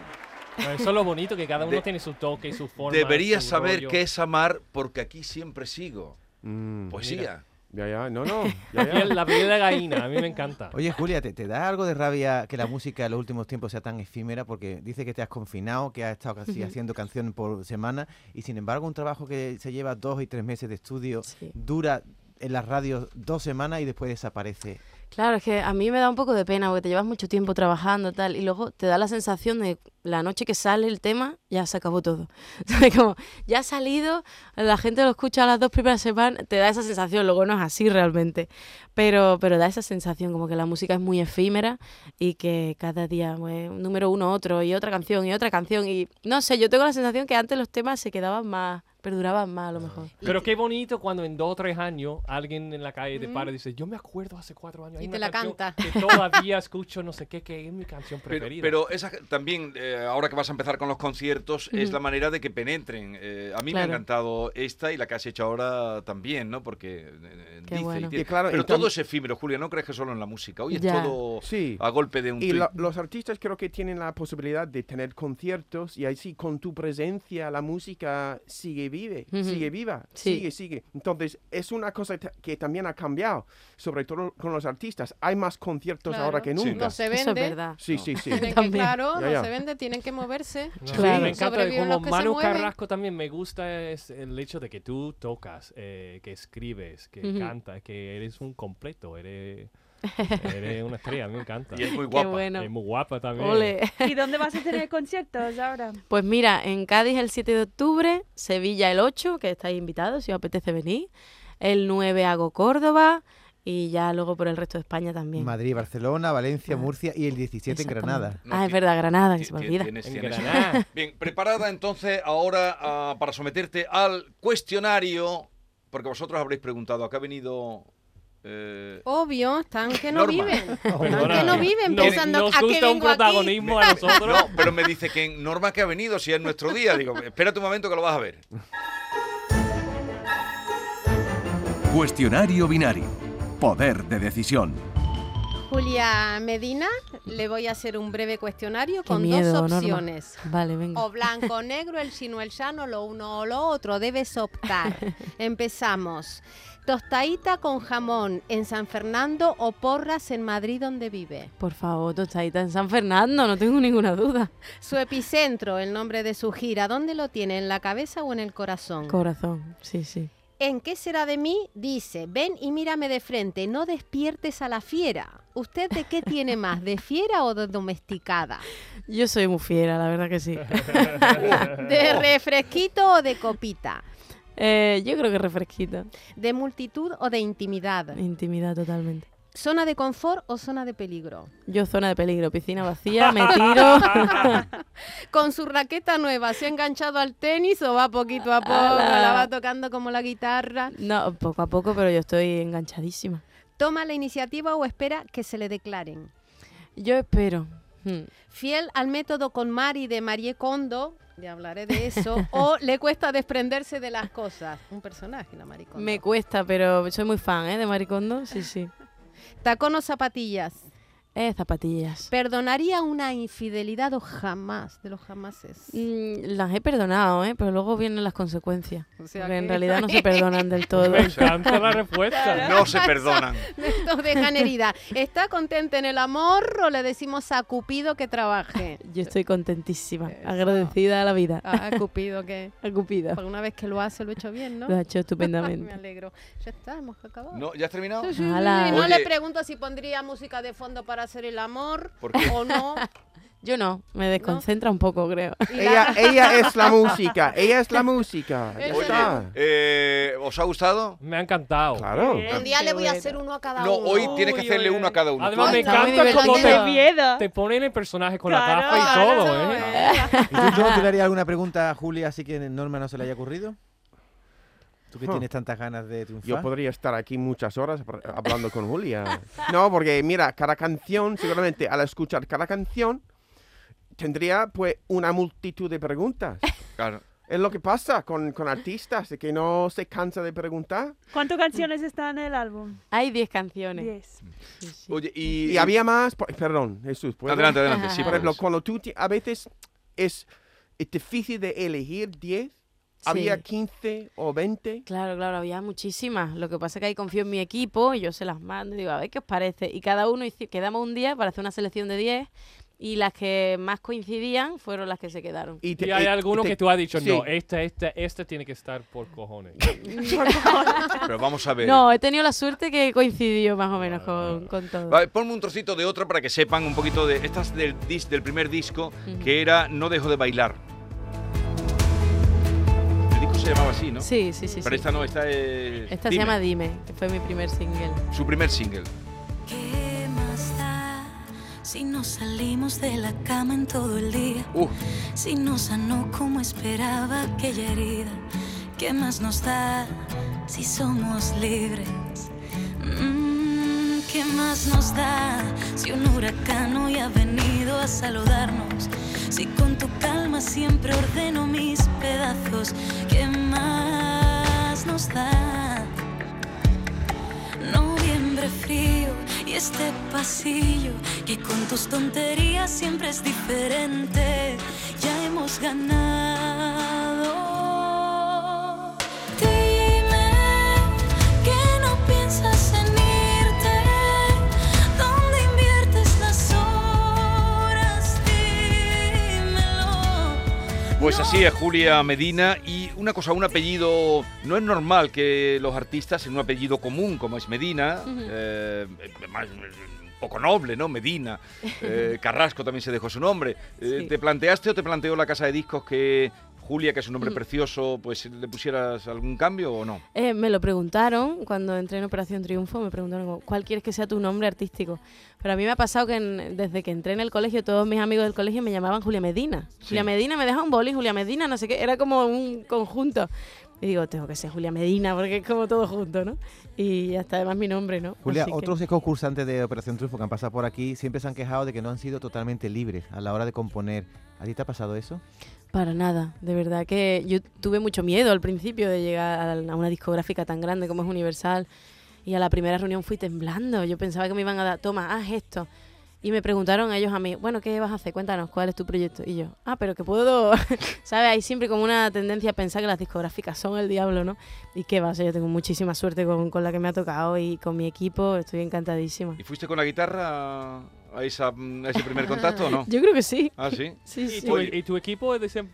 S5: Eso es lo bonito, que cada uno
S2: De-
S5: tiene su toque, su forma.
S2: Deberías
S5: su
S2: saber
S5: rollo.
S2: qué es amar porque aquí siempre sigo.
S4: Mm.
S2: Poesía.
S4: Ya, ya, no, no. ya, ya.
S5: piel- la piel de gallina, a mí me encanta.
S6: Oye, Julia, ¿te, te da algo de rabia que la música en los últimos tiempos sea tan efímera? Porque dice que te has confinado, que has estado casi
S1: Ujú.
S6: haciendo canción por semana y sin embargo un trabajo que se lleva dos y tres meses de estudio dura en las radios dos semanas y después desaparece.
S1: Claro, es que a mí me da un poco de pena porque te llevas mucho tiempo trabajando tal y luego te da la sensación de la noche que sale el tema ya se acabó todo. ¿Sabes? Como ya ha salido, la gente lo escucha las dos primeras semanas, te da esa sensación, luego no es así realmente, pero pero da esa sensación como que la música es muy efímera y que cada día pues, un número uno otro y otra canción y otra canción y no sé, yo tengo la sensación que antes los temas se quedaban más, perduraban más a lo mejor.
S5: Pero qué bonito cuando en dos o tres años alguien en la calle te para y dice, yo me acuerdo hace cuatro años. hay
S9: Y
S5: una
S9: te la
S5: canción
S9: canta.
S5: Que todavía escucho no sé qué, que es mi canción
S2: Pero,
S5: preferida.
S2: pero esa, también, eh, ahora que vas a empezar con los conciertos, es
S5: Ujú.
S2: la manera de que penetren. Eh, a mí me
S5: Claro.
S2: ha encantado esta y la que has hecho ahora también, ¿no? Porque eh, eh,
S5: Qué
S2: dice y
S5: bueno.
S2: tiene-
S4: Y claro,
S2: Pero
S4: y tam-
S2: todo es efímero, Julia, no crees que solo en la música. Hoy es
S4: Ya.
S2: todo
S4: Sí.
S2: a golpe de un
S4: Y
S2: tuit.
S4: lo- los artistas creo que tienen la posibilidad de tener conciertos y así con tu presencia la música sigue vive,
S5: Ujú.
S4: sigue viva,
S5: Sí.
S4: sigue, sigue. Entonces es una cosa ta- que también ha cambiado, sobre todo con los artistas. Hay más conciertos
S9: Claro.
S4: ahora que
S9: Sí.
S4: nunca.
S9: No se Eso es vende. verdad.
S4: Sí, sí, sí.
S9: Tienen que, claro, no se vende, tienen que moverse.
S5: Sí, me encanta que
S9: Sobreviven
S5: como
S9: los que se
S5: Manu
S9: mueven.
S5: Carrasco también me gusta es el hecho de que tú tocas, eh, que escribes, que
S9: Ujú.
S5: cantas, que eres un completo, eres, eres una estrella, a mí me encanta.
S2: Y es muy Qué
S1: guapa. bueno.
S5: Es muy guapa también.
S1: Ole.
S3: ¿Y dónde vas a tener conciertos ahora?
S1: Pues mira, en Cádiz el 7 de octubre, Sevilla el 8, que estáis invitados si os apetece venir. El 9 hago Córdoba y ya luego por el resto de España también.
S6: Madrid, Barcelona, Valencia, Murcia y el 17 en Granada.
S1: ah, es verdad, Granada, que se me olvida.
S2: Tienes- tienes- este Bien, preparada entonces ahora ah, para someterte al cuestionario, porque vosotros habréis preguntado, ¿a qué ha venido? eh,
S9: Obvio, están que no
S2: Norma?
S9: viven. Están
S2: Perdona.
S9: que no viven
S2: Nos-
S9: pensando
S5: eh, nos
S9: a qué
S5: gusta un
S9: vengo aquí.
S5: protagonismo a nosotros.
S2: No, pero me dice que en Norma que ha venido, si es nuestro día. Digo, espérate un momento que lo vas a ver.
S23: Cuestionario binario. Poder de decisión.
S9: Julia Medina, le voy a hacer un breve cuestionario
S1: Qué
S9: con
S1: miedo,
S9: dos
S1: Norma.
S9: opciones.
S1: Vale, venga.
S9: O blanco, o negro, el chino, el llano, lo uno o lo otro. Debes optar. Empezamos. Tostadita con jamón en San Fernando o porras en Madrid donde vive.
S1: Por favor, tostadita en San Fernando, no tengo ninguna duda.
S9: Su epicentro, el nombre de su gira, ¿dónde lo tiene? ¿En la cabeza o en el corazón?
S1: Corazón, sí, sí.
S9: ¿En qué será de mí? Dice, ven y mírame de frente, no despiertes a la fiera. ¿Usted de qué tiene más, de fiera o de domesticada?
S1: Yo soy muy fiera, la verdad que sí.
S9: ¿De
S1: Oh.
S9: refresquito o de copita?
S1: Eh, yo creo que refresquito.
S9: ¿De multitud o de intimidad?
S1: Intimidad totalmente.
S9: ¿Zona de confort o zona de peligro?
S1: Yo zona de peligro, piscina vacía, me tiro.
S9: Con su raqueta nueva, ¿se ha enganchado al tenis o va poquito a poco? ¿La va tocando como la guitarra?
S1: no, poco a poco, pero yo estoy enganchadísima.
S9: ¿Toma la iniciativa o espera que se le declaren?
S1: Yo espero. Hmm.
S9: Fiel al método con Mari de Marie Kondo, ya hablaré de eso, o le cuesta desprenderse de las cosas. Un personaje, la Marie Kondo.
S1: Me cuesta, pero soy muy fan ¿eh? de Maricondo, sí, sí.
S9: Tacón o zapatillas.
S1: Eh, zapatillas.
S9: ¿Perdonaría una infidelidad o jamás? De los jamases.
S1: Mm, las he perdonado, ¿eh? Pero luego vienen las consecuencias.
S9: sea
S1: porque en
S9: que-
S1: realidad no se perdonan del todo.
S9: Me encanta la
S2: respuesta. No se perdonan.
S9: Nos dejan herida. ¿Está contenta en el amor o le decimos a Cupido que trabaje?
S1: Yo estoy contentísima, agradecida a la vida.
S4: Ah,
S9: A, a Cupido que...
S1: A Ah, Cupido.
S9: Porque una vez que lo hace, lo he hecho bien, ¿no?
S1: Lo ha hecho estupendamente.
S9: Me alegro. Ya está, hemos acabado.
S2: No, ¿Ya has terminado?
S9: Sí, sí, sí.
S1: Ala.
S9: No
S2: Oye.
S9: le pregunto si pondría música de fondo para hacer el amor
S2: ¿Por qué?
S9: o no.
S1: Yo no, me desconcentra un poco, creo.
S4: Ella, ella es la música, ella es la música. Ya
S2: Oye,
S4: está.
S2: eh, ¿os ha gustado?
S5: Me ha encantado.
S4: Claro.
S9: Un día le voy a hacer uno a cada
S2: No,
S9: uno.
S2: hoy tienes que hacerle uno a cada uno.
S5: eh, Además, me
S9: Está muy
S5: encanta cómo
S9: divertido.
S5: te, te ponen el personaje con la gafa y todo, ¿eh?
S6: ¿Y tú, John, tú le harías alguna pregunta a Julia así que Norma no se le haya ocurrido? Tú que
S4: Huh.
S6: tienes tantas ganas de triunfar.
S4: Yo podría estar aquí muchas horas por- hablando con Julia. No, porque mira, cada canción, seguramente al escuchar cada canción, tendría pues una multitud de preguntas.
S2: Claro.
S4: Es lo que pasa con, con artistas, de que no se cansa de preguntar.
S3: ¿Cuántas canciones están en el álbum?
S1: Hay 10 canciones.
S2: Oye, y,
S4: Y, había más, por- perdón, Jesús. ¿puedo?
S2: Adelante, adelante, sí,
S4: Por ejemplo,
S2: puedes.
S4: cuando tú ti- a veces es, es difícil de elegir 10, había 15 o 20.
S1: Claro, claro, había muchísimas. Lo que pasa es que ahí confío en mi equipo y yo se las mando y digo, a ver qué os parece. Y cada uno hici- quedamos un día para hacer una selección de 10 y las que más coincidían fueron las que se quedaron.
S4: Y, te-
S5: Y hay
S4: eh,
S5: alguno
S4: te-
S5: que tú has dicho,
S4: sí.
S5: no, esta, esta, esta tiene que estar por cojones.
S2: Pero vamos a ver.
S1: No, he tenido la suerte que coincidió más o menos con, con todo.
S2: Vale, ponme un trocito de otra para que sepan un poquito de. Esta es del, dis- del primer disco que era No dejo de bailar. El disco se llamaba así, ¿no?
S1: Sí, sí, sí,
S2: Pero
S1: sí.
S2: esta no, esta es.
S1: Esta
S2: Dime,
S1: se llama Dime, que fue mi primer single.
S2: Su primer single.
S24: ¿Qué más da si no salimos de la cama en todo el día? Si no sanó como esperaba aquella herida. ¿Qué más nos da si somos libres? Mm, ¿Qué más nos da si un huracán hoy ha venido a saludarnos? Si con tu calma siempre ordeno mis pedazos, ¿qué más nos da? Noviembre frío y este pasillo que con tus tonterías siempre es diferente. Ya hemos ganado. Dime que no piensas en irte. ¿Dónde inviertes las horas? Dímelo.
S2: Pues así es Julia Medina y una cosa, un apellido, no es normal que los artistas en un apellido común como es Medina,
S1: Ujú.
S2: eh, más- un poco noble, ¿no? Medina, eh, Carrasco también se dejó su nombre. Eh,
S1: Sí.
S2: ¿Te planteaste o te planteó la casa de discos que Julia, que es un nombre
S1: Mm.
S2: precioso, pues le pusieras algún cambio o no?
S1: Eh, me lo preguntaron cuando entré en Operación Triunfo, me preguntaron como, cuál quieres que sea tu nombre artístico. Pero a mí me ha pasado que en- desde que entré en el colegio, todos mis amigos del colegio me llamaban Julia Medina. Julia Medina me deja un boli, Julia Medina, no sé qué, era como un conjunto. Y digo, tengo que ser Julia Medina porque es como todo junto, ¿no? Y hasta además mi nombre, ¿no?
S6: Julia,
S1: Así que-
S6: otros concursantes de Operación Triunfo que han pasado por aquí siempre se han quejado de que no han sido totalmente libres a la hora de componer. ¿A ti te ha pasado eso?
S1: Para nada, de verdad que yo tuve mucho miedo al principio de llegar a la- a una discográfica tan grande como es Universal y a la primera reunión fui temblando, yo pensaba que me iban a dar, toma, haz esto. Y me preguntaron ellos a mí, bueno, ¿qué vas a hacer? Cuéntanos, ¿cuál es tu proyecto? Y yo, ah, pero que puedo, ¿sabes? Hay siempre como una tendencia a pensar que las discográficas son el diablo, ¿no? Y qué va, o sea, yo tengo muchísima suerte con, con la que me ha tocado y con mi equipo, estoy encantadísima.
S2: ¿Y fuiste con la guitarra a, esa- a ese primer contacto o no?
S1: Yo creo que sí.
S2: Ah, sí.
S1: Sí,
S5: ¿Y
S1: sí.
S5: tu, e-, y tu equipo es de San,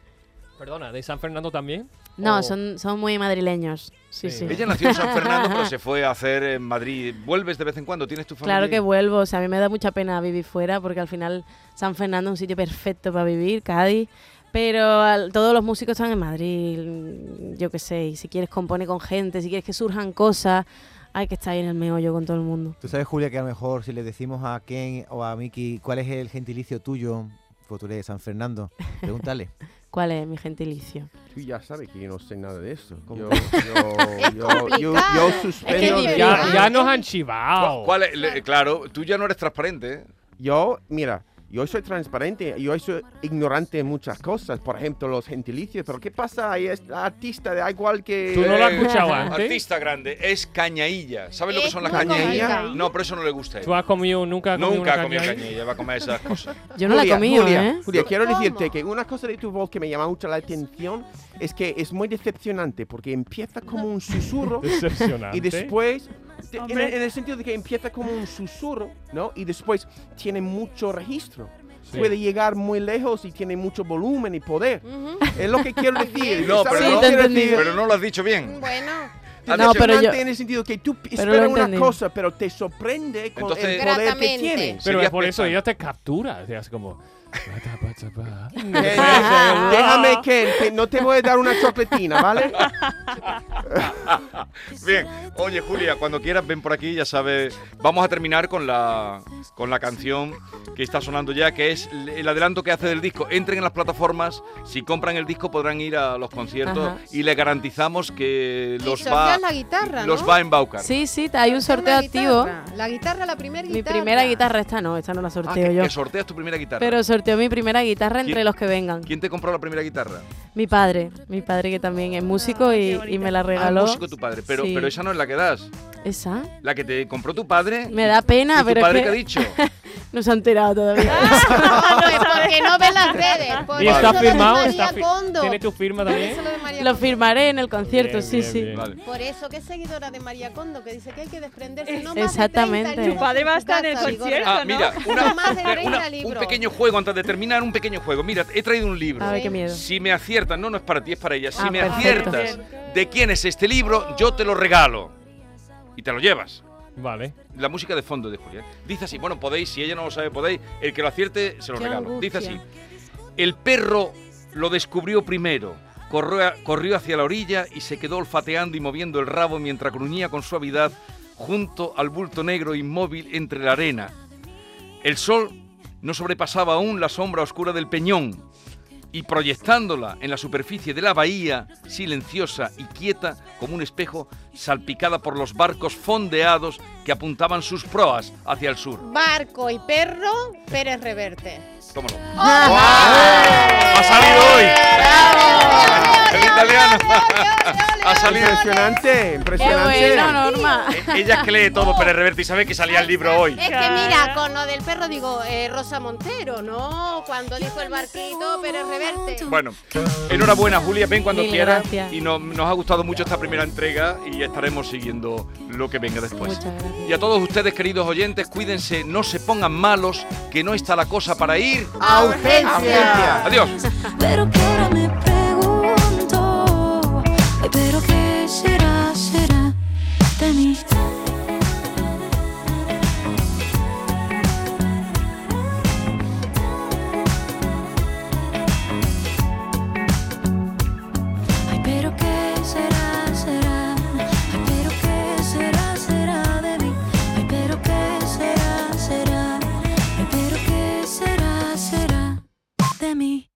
S5: perdona, de San Fernando también?
S1: No,
S5: ¿O-
S1: son, son muy madrileños. Sí, sí.
S2: Ella nació en San Fernando, pero se fue a hacer en Madrid. ¿Vuelves de vez en cuando? ¿Tienes tu familia?
S1: Claro
S2: ahí?
S1: que vuelvo, o sea, a mí me da mucha pena vivir fuera porque al final San Fernando es un sitio perfecto para vivir, Cádiz, pero al- todos los músicos están en Madrid, mm, yo qué sé, y si quieres compone con gente, si quieres que surjan cosas, hay que estar ahí en el meollo con todo el mundo.
S6: Tú sabes, Julia, que a lo mejor si le decimos a Ken o a Miki cuál es el gentilicio tuyo, pues tú eres de San Fernando, pregúntale.
S1: ¿Cuál es mi gentilicio?
S4: Tú ya sabes que yo no sé nada de eso. Yo, yo,
S1: Es
S4: yo- yo- yo
S1: complicado.
S4: suspendo.
S1: Es que
S4: de-
S5: ya, ya nos han chivado.
S2: ¿Cuál es? Le- claro, tú ya no eres transparente. ¿eh?
S4: Yo, mira, Yo soy transparente, yo soy ignorante en muchas cosas, por ejemplo, los gentilicios, pero ¿qué pasa? Ahí es la artista, da igual que...
S2: Eh, Artista grande, es cañailla. ¿Sabes lo que
S4: Es
S2: son las
S4: muy
S2: cañaillas?
S4: complicado.
S2: No, pero eso no le gusta a él.
S5: ¿Tú has comido nunca? has comido
S2: Eh, Nunca
S5: una
S2: ha comido
S5: caña?
S2: cañailla, va a comer esas cosas.
S1: Yo no la he
S4: Julia,
S1: comido,
S4: Julia,
S1: ¿eh?
S4: Julia, quiero decirte que una cosa de tu voz que me llama mucho la atención es que es muy decepcionante porque empieza como un susurro
S5: Decepcionante.
S4: y después te- en
S5: Hombre.
S4: el, en el sentido de que empieza como un susurro, ¿no? Y después tiene mucho registro.
S5: Sí.
S4: Puede llegar muy lejos y tiene mucho volumen y poder. Es lo que quiero decir.
S2: No,
S4: ¿sabes
S2: pero,
S4: lo
S2: no,
S4: que quiero decir?
S2: pero no lo has dicho bien.
S9: Bueno.
S4: No, pero
S2: yo-
S4: en el sentido que tú
S2: lo
S4: esperas una
S2: entendí.
S4: cosa, pero te sorprende con el
S2: Entonces-
S4: poder que
S2: Gratamente.
S4: tiene.
S5: Pero
S2: Sería
S5: es por eso
S2: pesado.
S5: ella te captura. Te hace como. "Pata, pata, pa". eh.
S4: Déjame, Eh, déjame, Ken, que no te voy a dar una chocletina, ¿vale?
S2: Bien, oye Julia, cuando quieras ven por aquí, ya sabes. Vamos a terminar con la, con la canción que está sonando ya, que es l- el adelanto que hace del disco. Entren en las plataformas, si compran el disco podrán ir a los conciertos
S1: Ajá.
S2: y les garantizamos que los va,
S9: sortean la guitarra,
S2: los
S9: ¿no?
S2: va a embaucar.
S1: Sí, sí, ta- hay un sorteo activo.
S9: La guitarra, la primera
S1: Mi
S9: guitarra.
S1: primera guitarra, esta no, esta no la
S2: Ah,
S1: sorteo
S2: que,
S1: yo.
S2: que sorteas tu primera guitarra.
S1: Pero sorteo mi primera guitarra entre
S2: ¿Quién-
S1: los que vengan.
S2: ¿Quién te compró la primera guitarra?
S1: Mi padre, mi padre que también es músico y, y me la
S2: Ah,
S1: regaló.
S2: músico tu padre, pero,
S1: Sí.
S2: pero esa no es la que das.
S1: ¿Esa?
S2: La que te compró tu padre.
S1: Me da pena,
S2: ¿Y tu
S1: pero es
S2: padre
S1: que-
S2: qué ha dicho?
S1: No se ha enterado todavía.
S9: No, es porque no ve las redes. Por
S5: Y
S9: pues, eso
S5: está
S9: lo de
S5: firmado,
S9: María
S5: está fi-
S9: Kondo.
S5: ¿Tiene tu firma
S9: Por
S5: también?
S9: eso lo de María
S1: Lo
S9: Kondo.
S1: firmaré en el concierto,
S5: Bien,
S1: sí,
S5: bien,
S1: sí.
S5: bien. Vale.
S9: Por eso, que es seguidora de María Kondo, que dice que hay que desprenderse. No
S1: Exactamente.
S9: Más de 30 libros
S1: Tu padre va a
S9: su
S1: estar en el
S9: casa, digo,
S1: concierto,
S2: Ah,
S9: ¿no?
S2: mira, una-
S9: No más de
S2: mira,
S9: 30
S2: una- un
S9: libros.
S2: pequeño juego antes de terminar, un pequeño juego. Mira, he traído un libro.
S1: A ver, qué miedo.
S2: Si me aciertas, no, no es para ti, es para ella. Si
S1: Ah,
S2: me
S1: perfecto.
S2: aciertas de quién es este libro, yo te lo regalo. Y te lo llevas.
S5: Vale.
S2: La música de fondo de Julia. Dice así, bueno, podéis, si ella no lo sabe, podéis, el que lo acierte, se lo
S8: Qué
S2: regalo. Dice así,
S8: angustia.
S2: el perro lo descubrió primero, corrió, corrió hacia la orilla y se quedó olfateando y moviendo el rabo mientras gruñía con suavidad junto al bulto negro inmóvil entre la arena. El sol no sobrepasaba aún la sombra oscura del peñón y proyectándola en la superficie de la bahía, silenciosa y quieta como un espejo, salpicada por los barcos fondeados que apuntaban sus proas hacia el sur.
S9: Barco y perro, Pérez Reverte.
S2: Tómalo. ¡Ha salido hoy! ¡El italiano! ¡Ha salido!
S4: Impresionante, impresionante.
S1: bueno, Norma.
S2: Ella es que lee todo, Pérez Reverte, y sabe que salía el libro hoy.
S9: Es que mira, con lo del perro digo, eh, Rosa Montero, ¿no? Cuando dijo el barquito, Pérez Reverte.
S2: Bueno, enhorabuena Julia, ven cuando
S9: Mil
S2: quieras.
S9: gracias.
S2: Y no- nos ha gustado mucho esta primera entrega y estaremos siguiendo lo que venga después.
S1: Muchas
S2: Y a todos ustedes, queridos oyentes, cuídense, no se pongan malos, que no está la cosa para ir
S9: A urgencia.
S2: a urgencia. Adiós.
S24: Pero que ahora me pregunto, ay, pero qué será, será de mí.